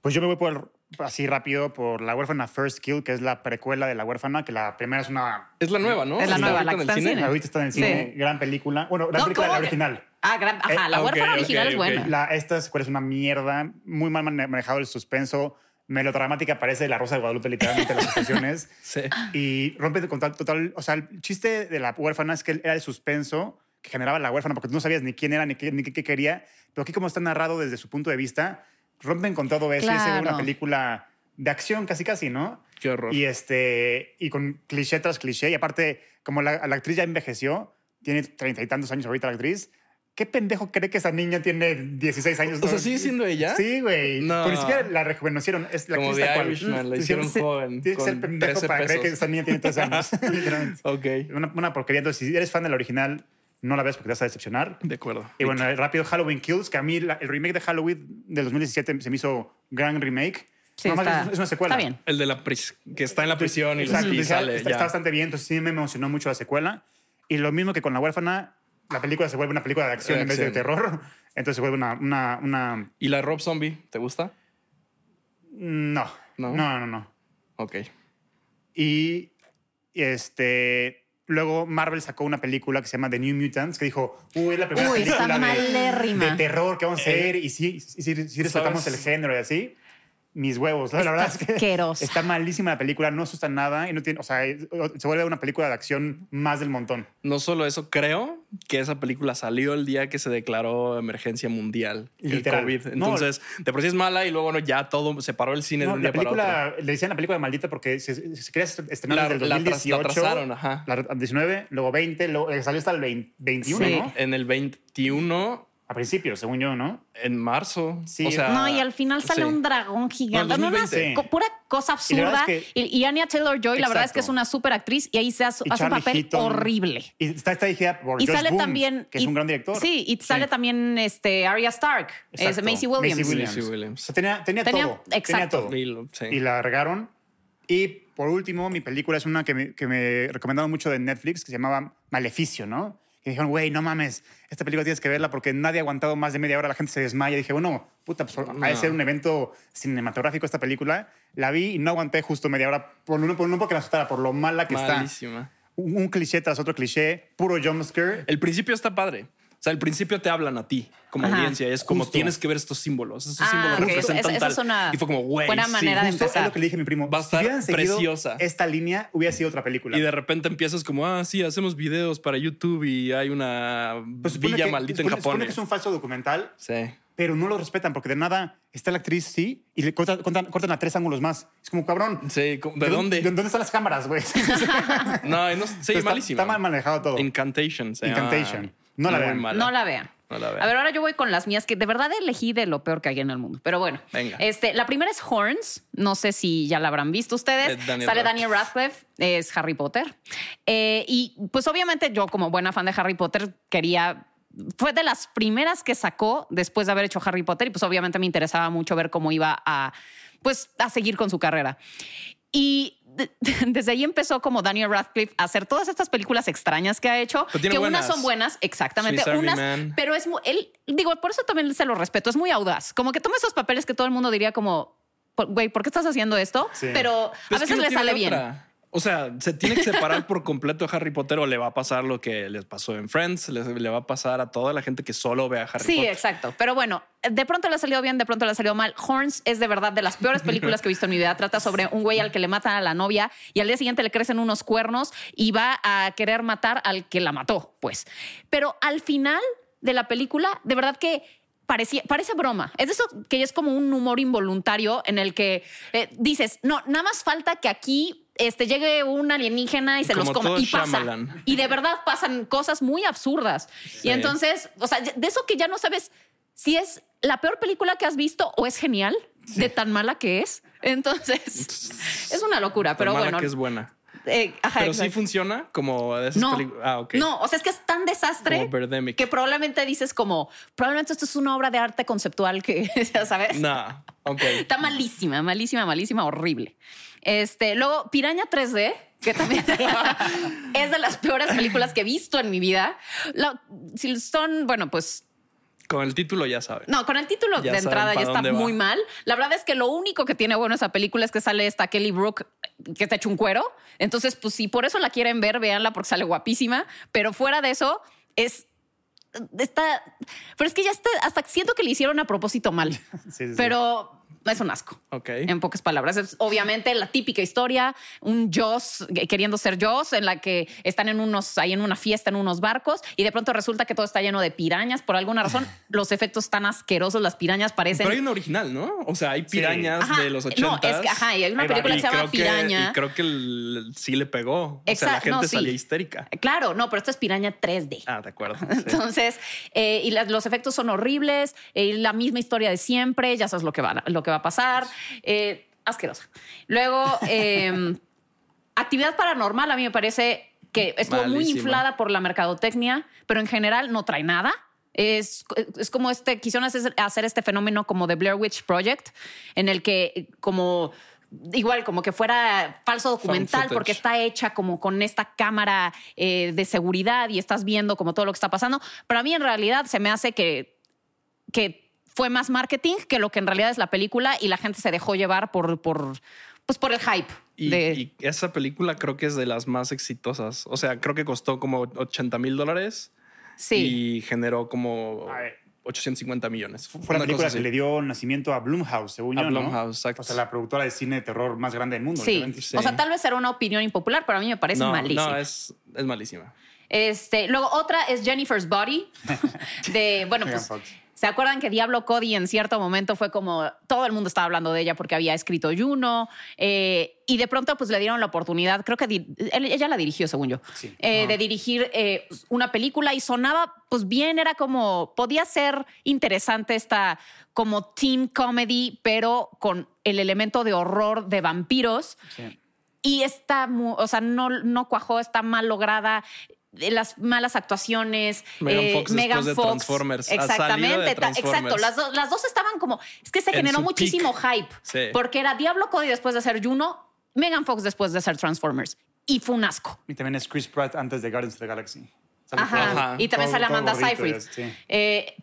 Speaker 1: Pues yo me voy por así rápido por La huérfana First Kill, que es la precuela de La huérfana, que la primera es una.
Speaker 2: Es la nueva, ¿no?
Speaker 3: Es la
Speaker 2: Está
Speaker 3: nueva, la
Speaker 2: ahorita
Speaker 3: que está en cine.
Speaker 1: Ahorita está en el
Speaker 3: Sí.
Speaker 1: cine, gran película. Bueno, gran
Speaker 3: No,
Speaker 1: película de la
Speaker 3: ¿cómo?
Speaker 1: original.
Speaker 3: Ah, gran, ajá,
Speaker 1: Eh,
Speaker 3: la
Speaker 2: ah,
Speaker 3: huérfana
Speaker 2: ok,
Speaker 3: original
Speaker 2: ok, ok.
Speaker 3: es buena.
Speaker 1: La, esta secuela es una mierda, muy mal mane- manejado el suspenso, melodramática, parece La Rosa de Guadalupe, literalmente, las situaciones.
Speaker 2: Sí.
Speaker 1: Y rompe con tal- total. O sea, el chiste de la huérfana es que era el suspenso que generaba la huérfana, porque tú no sabías ni quién era ni qué, ni qué- qué quería. Pero aquí, como está narrado desde su punto de vista, rompen con todo eso y es
Speaker 3: Claro.
Speaker 1: una película de acción casi, casi, ¿no?
Speaker 2: Qué horror.
Speaker 1: Y, este, y con cliché tras cliché. Y aparte, como la, la actriz ya envejeció, tiene treinta y tantos años ahorita la actriz. ¿Qué pendejo cree que esa niña tiene 16 años?
Speaker 2: O sea, ¿sigue siendo ella?
Speaker 1: Sí, güey.
Speaker 2: No.
Speaker 1: Pero ni siquiera la rejuvenecieron. Es la
Speaker 2: Como
Speaker 1: actriz tal
Speaker 2: de
Speaker 1: cual.
Speaker 2: Irishman, la
Speaker 1: Sí,
Speaker 2: hicieron
Speaker 1: sí.
Speaker 2: joven.
Speaker 1: Tienes que ser
Speaker 2: con
Speaker 1: pendejo
Speaker 2: 13
Speaker 1: para creer que
Speaker 2: pesos.
Speaker 1: esa niña tiene tres
Speaker 2: [LAUGHS]
Speaker 1: años. literalmente.
Speaker 2: Ok,
Speaker 1: Una, una porquería. Entonces, si eres fan de la original, no la ves porque te vas a decepcionar.
Speaker 2: de acuerdo.
Speaker 1: Y bueno, rápido, Halloween Kills, que a mí la- el remake de Halloween del 2017 se me hizo gran remake.
Speaker 3: Sí,
Speaker 1: No, más
Speaker 3: está-
Speaker 1: bien es- es una secuela.
Speaker 3: Está bien.
Speaker 2: El de la pris que está en la prisión y,
Speaker 1: Exacto,
Speaker 2: y
Speaker 1: está,
Speaker 2: sale.
Speaker 1: está-
Speaker 2: ya.
Speaker 1: está bastante bien, entonces sí me emocionó mucho la secuela. Y lo mismo que con La huérfana, la película se vuelve una película de acción
Speaker 2: De
Speaker 1: en vez de
Speaker 2: acción.
Speaker 1: terror. [LAUGHS] Entonces se vuelve una... una, una
Speaker 2: ¿Y la Rob Zombie? ¿Te gusta?
Speaker 1: no,
Speaker 2: No.
Speaker 1: no, no, no.
Speaker 2: Ok.
Speaker 1: Y este... Luego Marvel sacó una película que se llama The New Mutants, que dijo, uy, es la primera
Speaker 3: Uy, está
Speaker 1: película de,
Speaker 3: malérrima.
Speaker 1: de terror que vamos a hacer y si, si, si- si respetamos el
Speaker 2: Eh. ¿Sabes?
Speaker 1: género y así. Mis huevos, la, la verdad es que
Speaker 3: asquerosa.
Speaker 1: está malísima la película, no asusta nada y no tiene, o sea, es- se vuelve una película de acción más del montón.
Speaker 2: No solo eso, creo que esa película salió el día que se declaró emergencia mundial.
Speaker 1: Literal.
Speaker 2: El COVID.
Speaker 1: No.
Speaker 2: Entonces, de por sí es mala y luego no, ya todo se paró el cine
Speaker 1: No,
Speaker 2: de un
Speaker 1: la
Speaker 2: día para otro.
Speaker 1: película, le decían la película de maldita porque se, se- se quería estrenar
Speaker 2: La-
Speaker 1: desde el
Speaker 2: la tras- la
Speaker 1: 2018.
Speaker 2: atrasaron, ajá.
Speaker 1: La 19, luego 20, luego, eh, salió hasta el 20 21,
Speaker 3: Sí.
Speaker 1: ¿no?
Speaker 2: En el 21,
Speaker 1: A principio, según yo, ¿no?
Speaker 2: en marzo.
Speaker 1: Sí.
Speaker 2: O sea,
Speaker 3: No, y al final sale
Speaker 2: sí.
Speaker 3: un dragón gigante.
Speaker 2: No,
Speaker 3: No,
Speaker 2: el
Speaker 3: una
Speaker 1: 2020.
Speaker 3: co- pura cosa
Speaker 1: Y la verdad
Speaker 3: absurda. Y,
Speaker 1: es
Speaker 3: y Anya Taylor Joy, la verdad es que es
Speaker 1: Exacto.
Speaker 3: una super actriz y ahí se hace,
Speaker 1: Y
Speaker 3: hace un
Speaker 1: Charlie
Speaker 3: papel
Speaker 1: Heaton.
Speaker 3: horrible.
Speaker 1: Y está, está dirigida por
Speaker 3: Y
Speaker 1: Josh
Speaker 3: sale
Speaker 1: Boone,
Speaker 3: también.
Speaker 1: que es
Speaker 3: y-
Speaker 1: un gran director.
Speaker 3: Sí, y sale
Speaker 1: Sí.
Speaker 3: también este, Arya Stark, es
Speaker 1: Exacto.
Speaker 3: Macy Williams.
Speaker 1: Macy Williams.
Speaker 2: Macy Williams.
Speaker 1: O sea, tenía, tenía,
Speaker 3: Tenía-
Speaker 1: todo. Tenía
Speaker 3: exacto.
Speaker 1: todo.
Speaker 2: Y lo- sí.
Speaker 1: Y la regaron. Y por último, mi película es una que me, que me recomendaron mucho de Netflix, que se llamaba Maleficio, ¿no? Que dijeron, güey, no mames, esta película tienes que verla porque nadie ha aguantado más de media hora, la gente se desmaya. Y dije, bueno, puta, pues ha de
Speaker 2: No.
Speaker 1: ser un evento cinematográfico esta película. La vi y no aguanté justo media hora, por, no, por, no porque me asustara, por lo mala que está.
Speaker 2: Malísima.
Speaker 1: Un, un cliché tras otro cliché, puro jumpscare.
Speaker 2: El principio está padre. sea, al principio te hablan a ti como
Speaker 3: Ajá.
Speaker 2: audiencia. Es como
Speaker 1: Justo.
Speaker 2: tienes que ver estos símbolos. Estos
Speaker 3: Ah,
Speaker 2: símbolos
Speaker 3: ok.
Speaker 2: representan
Speaker 3: Esa- esa
Speaker 2: tal.
Speaker 3: es una
Speaker 2: y fue como, güey,
Speaker 3: buena
Speaker 2: sí".
Speaker 3: manera de
Speaker 1: Justo es
Speaker 3: empezar.
Speaker 1: lo que le dije a mi primo.
Speaker 2: Va a estar
Speaker 1: si hubieran seguido
Speaker 2: preciosa.
Speaker 1: Esta línea hubiera sido otra película.
Speaker 2: Y de repente empiezas como, ah, sí, hacemos videos para YouTube y hay una
Speaker 1: Pues supone
Speaker 2: villa
Speaker 1: que-
Speaker 2: maldita
Speaker 1: supone-
Speaker 2: en Japón.
Speaker 1: supone que es un falso documental,
Speaker 2: Sí.
Speaker 1: pero no lo respetan porque de nada está la actriz, sí, y le cortan, cortan- cortan a tres ángulos más. Es como, cabrón.
Speaker 2: Sí, ¿cómo- ¿de
Speaker 1: ¿De
Speaker 2: dónde?
Speaker 1: dónde están las cámaras, güey? [LAUGHS]
Speaker 2: No, no, sí,
Speaker 1: Está-
Speaker 2: malísima.
Speaker 1: Está mal manejado todo.
Speaker 2: Encantation. se
Speaker 1: Encantation.
Speaker 2: llama.
Speaker 1: No la
Speaker 2: Muy
Speaker 1: vean.
Speaker 2: mala.
Speaker 3: No la vean.
Speaker 2: No la vean.
Speaker 3: A ver, ahora yo voy con las mías que de verdad elegí de lo peor que hay en el mundo. Pero bueno,
Speaker 2: Venga.
Speaker 3: Este, la primera es Horns. No sé si ya la habrán visto ustedes.
Speaker 2: Es Daniel
Speaker 3: Sale
Speaker 2: Radcliffe.
Speaker 3: Daniel Radcliffe, es Harry Potter. Eh, y pues obviamente yo como buena fan de Harry Potter quería... Fue de las primeras que sacó después de haber hecho Harry Potter y pues obviamente me interesaba mucho ver cómo iba a, pues, a seguir con su carrera. Y de- [LAUGHS] desde ahí empezó como Daniel Radcliffe a hacer todas estas películas extrañas que ha hecho,
Speaker 2: Pero tiene
Speaker 3: que unas
Speaker 2: buenas.
Speaker 3: son buenas, exactamente,
Speaker 2: Swiss Army
Speaker 3: unas,
Speaker 2: Man.
Speaker 3: pero es mu- él, digo, por eso también se lo respeto, es muy audaz, como que toma esos papeles que todo el mundo diría como, "Por- güey, ¿por qué estás haciendo esto?
Speaker 1: Sí.
Speaker 3: Pero
Speaker 2: Pero
Speaker 3: a
Speaker 2: Pues es que
Speaker 3: veces
Speaker 2: no
Speaker 3: le
Speaker 2: tiene
Speaker 3: sale
Speaker 2: de
Speaker 3: bien.
Speaker 2: otra. O sea, se tiene que separar por completo a Harry Potter o le va a pasar lo que les pasó en Friends, les- le va a pasar a toda la gente que solo ve a Harry
Speaker 3: Sí,
Speaker 2: Potter.
Speaker 3: exacto. Pero bueno, de pronto le ha salido bien, de pronto le ha salido mal. Horns es de verdad de las peores películas que he visto en mi vida. Trata sobre un güey al que le matan a la novia y al día siguiente le crecen unos cuernos y va a querer matar al que la mató, pues. Pero al final de la película, de verdad que parecía, parece broma. Es de eso que ya es como un humor involuntario en el que eh, dices, no, nada más falta que aquí este, llegue un alienígena y se
Speaker 2: Como
Speaker 3: los coma.
Speaker 2: todo
Speaker 3: Y pasa.
Speaker 2: Shyamalan.
Speaker 3: Y de verdad pasan cosas muy absurdas. Y entonces, o sea, de eso que ya no sabes si es la peor película que has visto o es genial, de tan mala que es. Entonces, es una locura,
Speaker 2: Tan
Speaker 3: pero
Speaker 2: mala
Speaker 3: bueno.
Speaker 2: que es buena.
Speaker 3: eh, ajá,
Speaker 2: Pero sí
Speaker 3: exacto.
Speaker 2: funciona como de esas
Speaker 3: no,
Speaker 2: películas. Ah, ok.
Speaker 3: no, o sea, es que es tan desastre
Speaker 2: Como Birdemic.
Speaker 3: que probablemente dices como, probablemente esto es una obra de arte conceptual que, [LAUGHS] ya sabes,
Speaker 2: Nah, ok.
Speaker 3: está malísima, malísima, malísima, horrible. Este, luego, Piraña 3D, que también [LAUGHS] es de las peores películas que he visto en mi vida. La- si son, bueno, pues
Speaker 2: Con el título ya sabes.
Speaker 3: No, con el título
Speaker 2: Ya
Speaker 3: de
Speaker 2: saben
Speaker 3: entrada ya
Speaker 2: para
Speaker 3: está
Speaker 2: dónde va.
Speaker 3: muy mal. La verdad es que lo único que tiene bueno esa película es que sale esta Kelly Brook que está hecho un cuero. Entonces, pues si por eso la quieren ver, véanla porque sale guapísima. Pero fuera de eso, es. Está. Pero es que ya está. Hasta siento que le hicieron a
Speaker 2: [LAUGHS]
Speaker 3: propósito mal.
Speaker 1: Sí, sí, sí.
Speaker 3: Pero es un asco.
Speaker 2: Ok.
Speaker 3: En pocas palabras, es obviamente la típica historia, un Joss eh, queriendo ser Joss, en la que están en unos, ahí en una fiesta, en unos barcos, y de pronto resulta que todo está lleno de pirañas. Por
Speaker 2: [LAUGHS]
Speaker 3: alguna razón, los efectos tan asquerosos, las pirañas parecen.
Speaker 2: Pero hay una original, ¿no? O sea, hay pirañas
Speaker 3: Ajá,
Speaker 2: de los
Speaker 3: no,
Speaker 2: 80.
Speaker 3: es que, ajá, y hay una
Speaker 1: Ahí va.
Speaker 3: película que se llama Piraña.
Speaker 2: y creo que el- sí le pegó. O sea, la
Speaker 3: Exacto,
Speaker 2: gente
Speaker 3: no, sí.
Speaker 2: salía histérica.
Speaker 3: Claro, no, pero esto es Piraña 3D.
Speaker 2: Ah, de acuerdo.
Speaker 3: [LAUGHS]
Speaker 2: sí.
Speaker 3: Entonces, eh, y las- los efectos son horribles, eh, la misma historia de siempre, ya sabes lo que va, lo que va a pasar, eh, asquerosa.
Speaker 2: [LAUGHS]
Speaker 3: Luego, eh, actividad paranormal a mí me parece que estuvo muy
Speaker 2: Malísima.
Speaker 3: inflada por la mercadotecnia, pero en general no trae nada. Es, es como este, quisieron hacer, hacer este fenómeno como de Blair Witch Project, en el que eh, como... Igual, como que fuera falso documental,
Speaker 2: footage.
Speaker 3: porque está hecha como con esta cámara eh, de seguridad y estás viendo como todo lo que está pasando. Pero a mí en realidad se me hace que, que fue más marketing que lo que en realidad es la película y la gente se dejó llevar por, por, pues por el hype.
Speaker 2: Y,
Speaker 3: de...
Speaker 2: y esa película creo que es de las más exitosas. O sea, creo que costó como 80 mil dólares
Speaker 3: Sí.
Speaker 2: y generó como
Speaker 1: A ver.
Speaker 2: 850 millones.
Speaker 1: Fue la
Speaker 2: Una
Speaker 1: película
Speaker 2: cosa
Speaker 1: que le
Speaker 2: así.
Speaker 1: dio nacimiento a Blumhouse, según
Speaker 2: A
Speaker 1: yo, ¿no?
Speaker 2: Blumhouse, exacto.
Speaker 1: O sea, la productora de cine de terror más grande del mundo.
Speaker 3: Sí.
Speaker 1: literalmente.
Speaker 2: sí.
Speaker 3: o sea, tal vez era una opinión impopular, pero a mí me parece
Speaker 2: no,
Speaker 3: malísimo.
Speaker 2: No, es, es malísima.
Speaker 3: Este, luego otra es Jennifer's Body.
Speaker 2: [LAUGHS]
Speaker 3: De, bueno,
Speaker 1: Megan
Speaker 3: pues.
Speaker 1: Fox.
Speaker 3: ¿Se acuerdan que Diablo Cody en cierto momento fue como todo el mundo estaba hablando de ella porque había escrito Juno eh, y de pronto pues le dieron la oportunidad, creo que di- él- ella la dirigió según yo,
Speaker 1: Sí.
Speaker 3: eh, de dirigir eh, una película y sonaba pues bien, era como, podía ser interesante esta como teen comedy, pero con el elemento de horror de vampiros
Speaker 1: Sí.
Speaker 3: y está, mu- o sea, no, no cuajó, está mal lograda. eh, Las malas actuaciones. eh,
Speaker 2: Megan Fox después de Transformers, a
Speaker 3: Exactamente.
Speaker 2: salida de
Speaker 3: ta- Exacto.
Speaker 2: Transformers.
Speaker 3: Las, do- las dos estaban como. Es que se
Speaker 2: En
Speaker 3: generó
Speaker 2: su
Speaker 3: muchísimo
Speaker 2: peak.
Speaker 3: hype.
Speaker 2: Sí.
Speaker 3: Porque era Diablo Cody después de hacer Juno, Megan Fox después de hacer Transformers. Y fue un asco.
Speaker 1: Y también es Chris Pratt antes de Guardians of the Galaxy. Sale
Speaker 3: Ajá.
Speaker 1: todo-
Speaker 2: Ajá.
Speaker 3: Y también
Speaker 1: todo-
Speaker 3: sale
Speaker 1: todo
Speaker 3: Amanda
Speaker 1: gordito y
Speaker 3: Seyfried.
Speaker 1: así.
Speaker 3: Eh,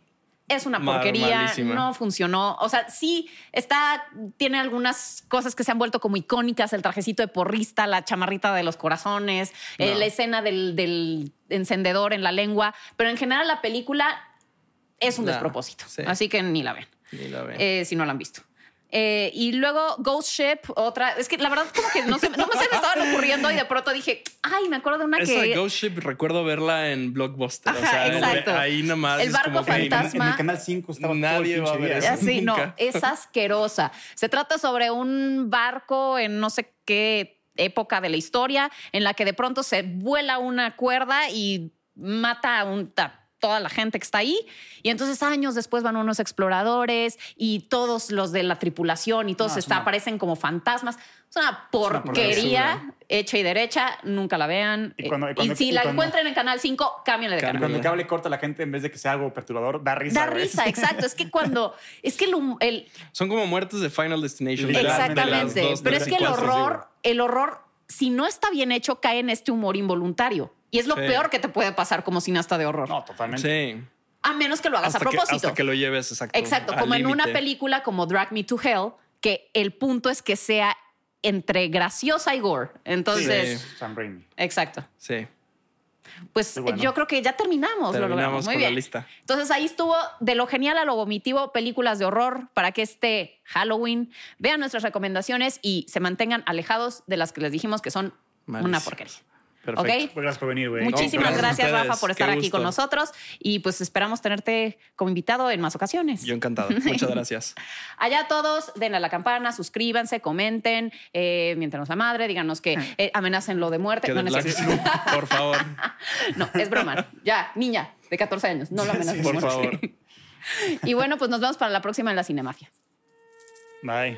Speaker 3: es una
Speaker 2: Mal-
Speaker 3: porquería,
Speaker 2: malísima.
Speaker 3: no funcionó. O sea, sí está, tiene algunas cosas que se han vuelto como icónicas, el trajecito de porrista, la chamarrita de los corazones, eh,
Speaker 2: No.
Speaker 3: la escena del, del encendedor en la lengua, pero en general la película es un
Speaker 2: No,
Speaker 3: despropósito.
Speaker 2: sí.
Speaker 3: Así que ni la ven.
Speaker 2: Ni la ven.
Speaker 3: eh, si no la han visto. Eh, y luego Ghost Ship, otra. Es que la verdad, como que no, se, no me se me estaban ocurriendo y de pronto dije, ay, me acuerdo de una
Speaker 2: Esa
Speaker 3: que.
Speaker 2: Ghost Ship recuerdo verla en Blockbuster. o
Speaker 3: Ajá,
Speaker 2: sea, el-
Speaker 3: exacto.
Speaker 2: ahí nomás.
Speaker 3: El
Speaker 2: es
Speaker 3: barco
Speaker 2: como que-
Speaker 1: En el- en
Speaker 3: fantasma.
Speaker 1: el canal 5 estaba
Speaker 2: Nadie
Speaker 1: todo
Speaker 2: va a
Speaker 1: el pinche
Speaker 2: ver
Speaker 1: día.
Speaker 2: eso.
Speaker 1: así.
Speaker 3: Sí, no,
Speaker 2: Nunca.
Speaker 1: [LAUGHS]
Speaker 3: es asquerosa. Se trata sobre un barco en no sé qué época de la historia en la que de pronto se vuela una cuerda y mata a, un, a toda la gente que está ahí. Y entonces años después van unos exploradores y todos los de la tripulación y todos
Speaker 1: No, es
Speaker 3: está-
Speaker 1: una-
Speaker 3: aparecen como fantasmas. Es una
Speaker 1: una
Speaker 3: porquería hecha y derecha. Nunca la vean.
Speaker 1: Y cuando- y
Speaker 3: Eh,
Speaker 1: cuando-
Speaker 3: si
Speaker 1: y
Speaker 3: la
Speaker 1: cuando-
Speaker 3: encuentren en Canal 5, cámbienle de canal.
Speaker 2: Cámbiale.
Speaker 1: Cuando el cable corta a la gente, en vez de que sea algo perturbador, da risa.
Speaker 3: Da
Speaker 1: güey.
Speaker 3: risa, exacto. Es que cuando... Es que el hum- el,
Speaker 2: Son como muertes de Final Destination. de las- de las
Speaker 3: Exactamente.
Speaker 2: dos,
Speaker 3: Pero
Speaker 2: tres
Speaker 3: es
Speaker 2: y
Speaker 3: que el
Speaker 2: cuatro, sí, güey.
Speaker 3: horror, el horror, si no está bien hecho, cae en este humor involuntario. Y es lo
Speaker 2: Sí.
Speaker 3: peor que te puede pasar como cineasta de horror.
Speaker 1: [LAUGHS] No, totalmente.
Speaker 2: Sí.
Speaker 3: A menos que lo hagas
Speaker 2: Hasta
Speaker 3: a propósito.
Speaker 2: Que, hasta que lo lleves, exacto.
Speaker 3: Exacto,
Speaker 2: al
Speaker 3: como en una
Speaker 2: límite.
Speaker 3: película como Drag Me to Hell, que el punto es que sea entre graciosa y gore. Entonces,
Speaker 2: Sí.
Speaker 1: Sam Raimi.
Speaker 3: exacto.
Speaker 2: Sí.
Speaker 3: Pues
Speaker 1: Qué bueno.
Speaker 3: yo creo que ya terminamos. lo
Speaker 2: Terminamos
Speaker 3: logramos. Muy
Speaker 2: con
Speaker 3: bien.
Speaker 2: la lista.
Speaker 3: Entonces ahí estuvo de lo genial a lo vomitivo, películas de horror para que este Halloween vean nuestras recomendaciones y se mantengan alejados de las que les dijimos que son una
Speaker 2: Malísimas.
Speaker 3: porquería.
Speaker 2: Perfecto.
Speaker 3: ¿Ok?
Speaker 1: Gracias por venir, güey.
Speaker 3: Muchísimas
Speaker 2: No,
Speaker 3: gracias,
Speaker 2: gracias a
Speaker 3: Rafa,
Speaker 2: ustedes.
Speaker 3: por estar
Speaker 2: Qué
Speaker 3: aquí con
Speaker 2: gusto.
Speaker 3: nosotros y pues esperamos tenerte como invitado en más ocasiones.
Speaker 2: Yo encantado.
Speaker 3: [LAUGHS]
Speaker 2: Muchas gracias.
Speaker 3: Allá todos, denle a la campana, suscríbanse, comenten, eh, miéntenos la madre, díganos que eh, amenacen lo de muerte.
Speaker 2: Que
Speaker 3: No,
Speaker 2: de
Speaker 3: no es
Speaker 2: Black
Speaker 3: cierto.
Speaker 2: Swan, [LAUGHS] por favor.
Speaker 3: No, es broma. Ya, niña de 14 años, no la amenacen. de
Speaker 2: Por
Speaker 3: muerte.
Speaker 2: favor.
Speaker 3: Y bueno, pues nos vemos para la próxima en la Cinemafia.
Speaker 1: Bye.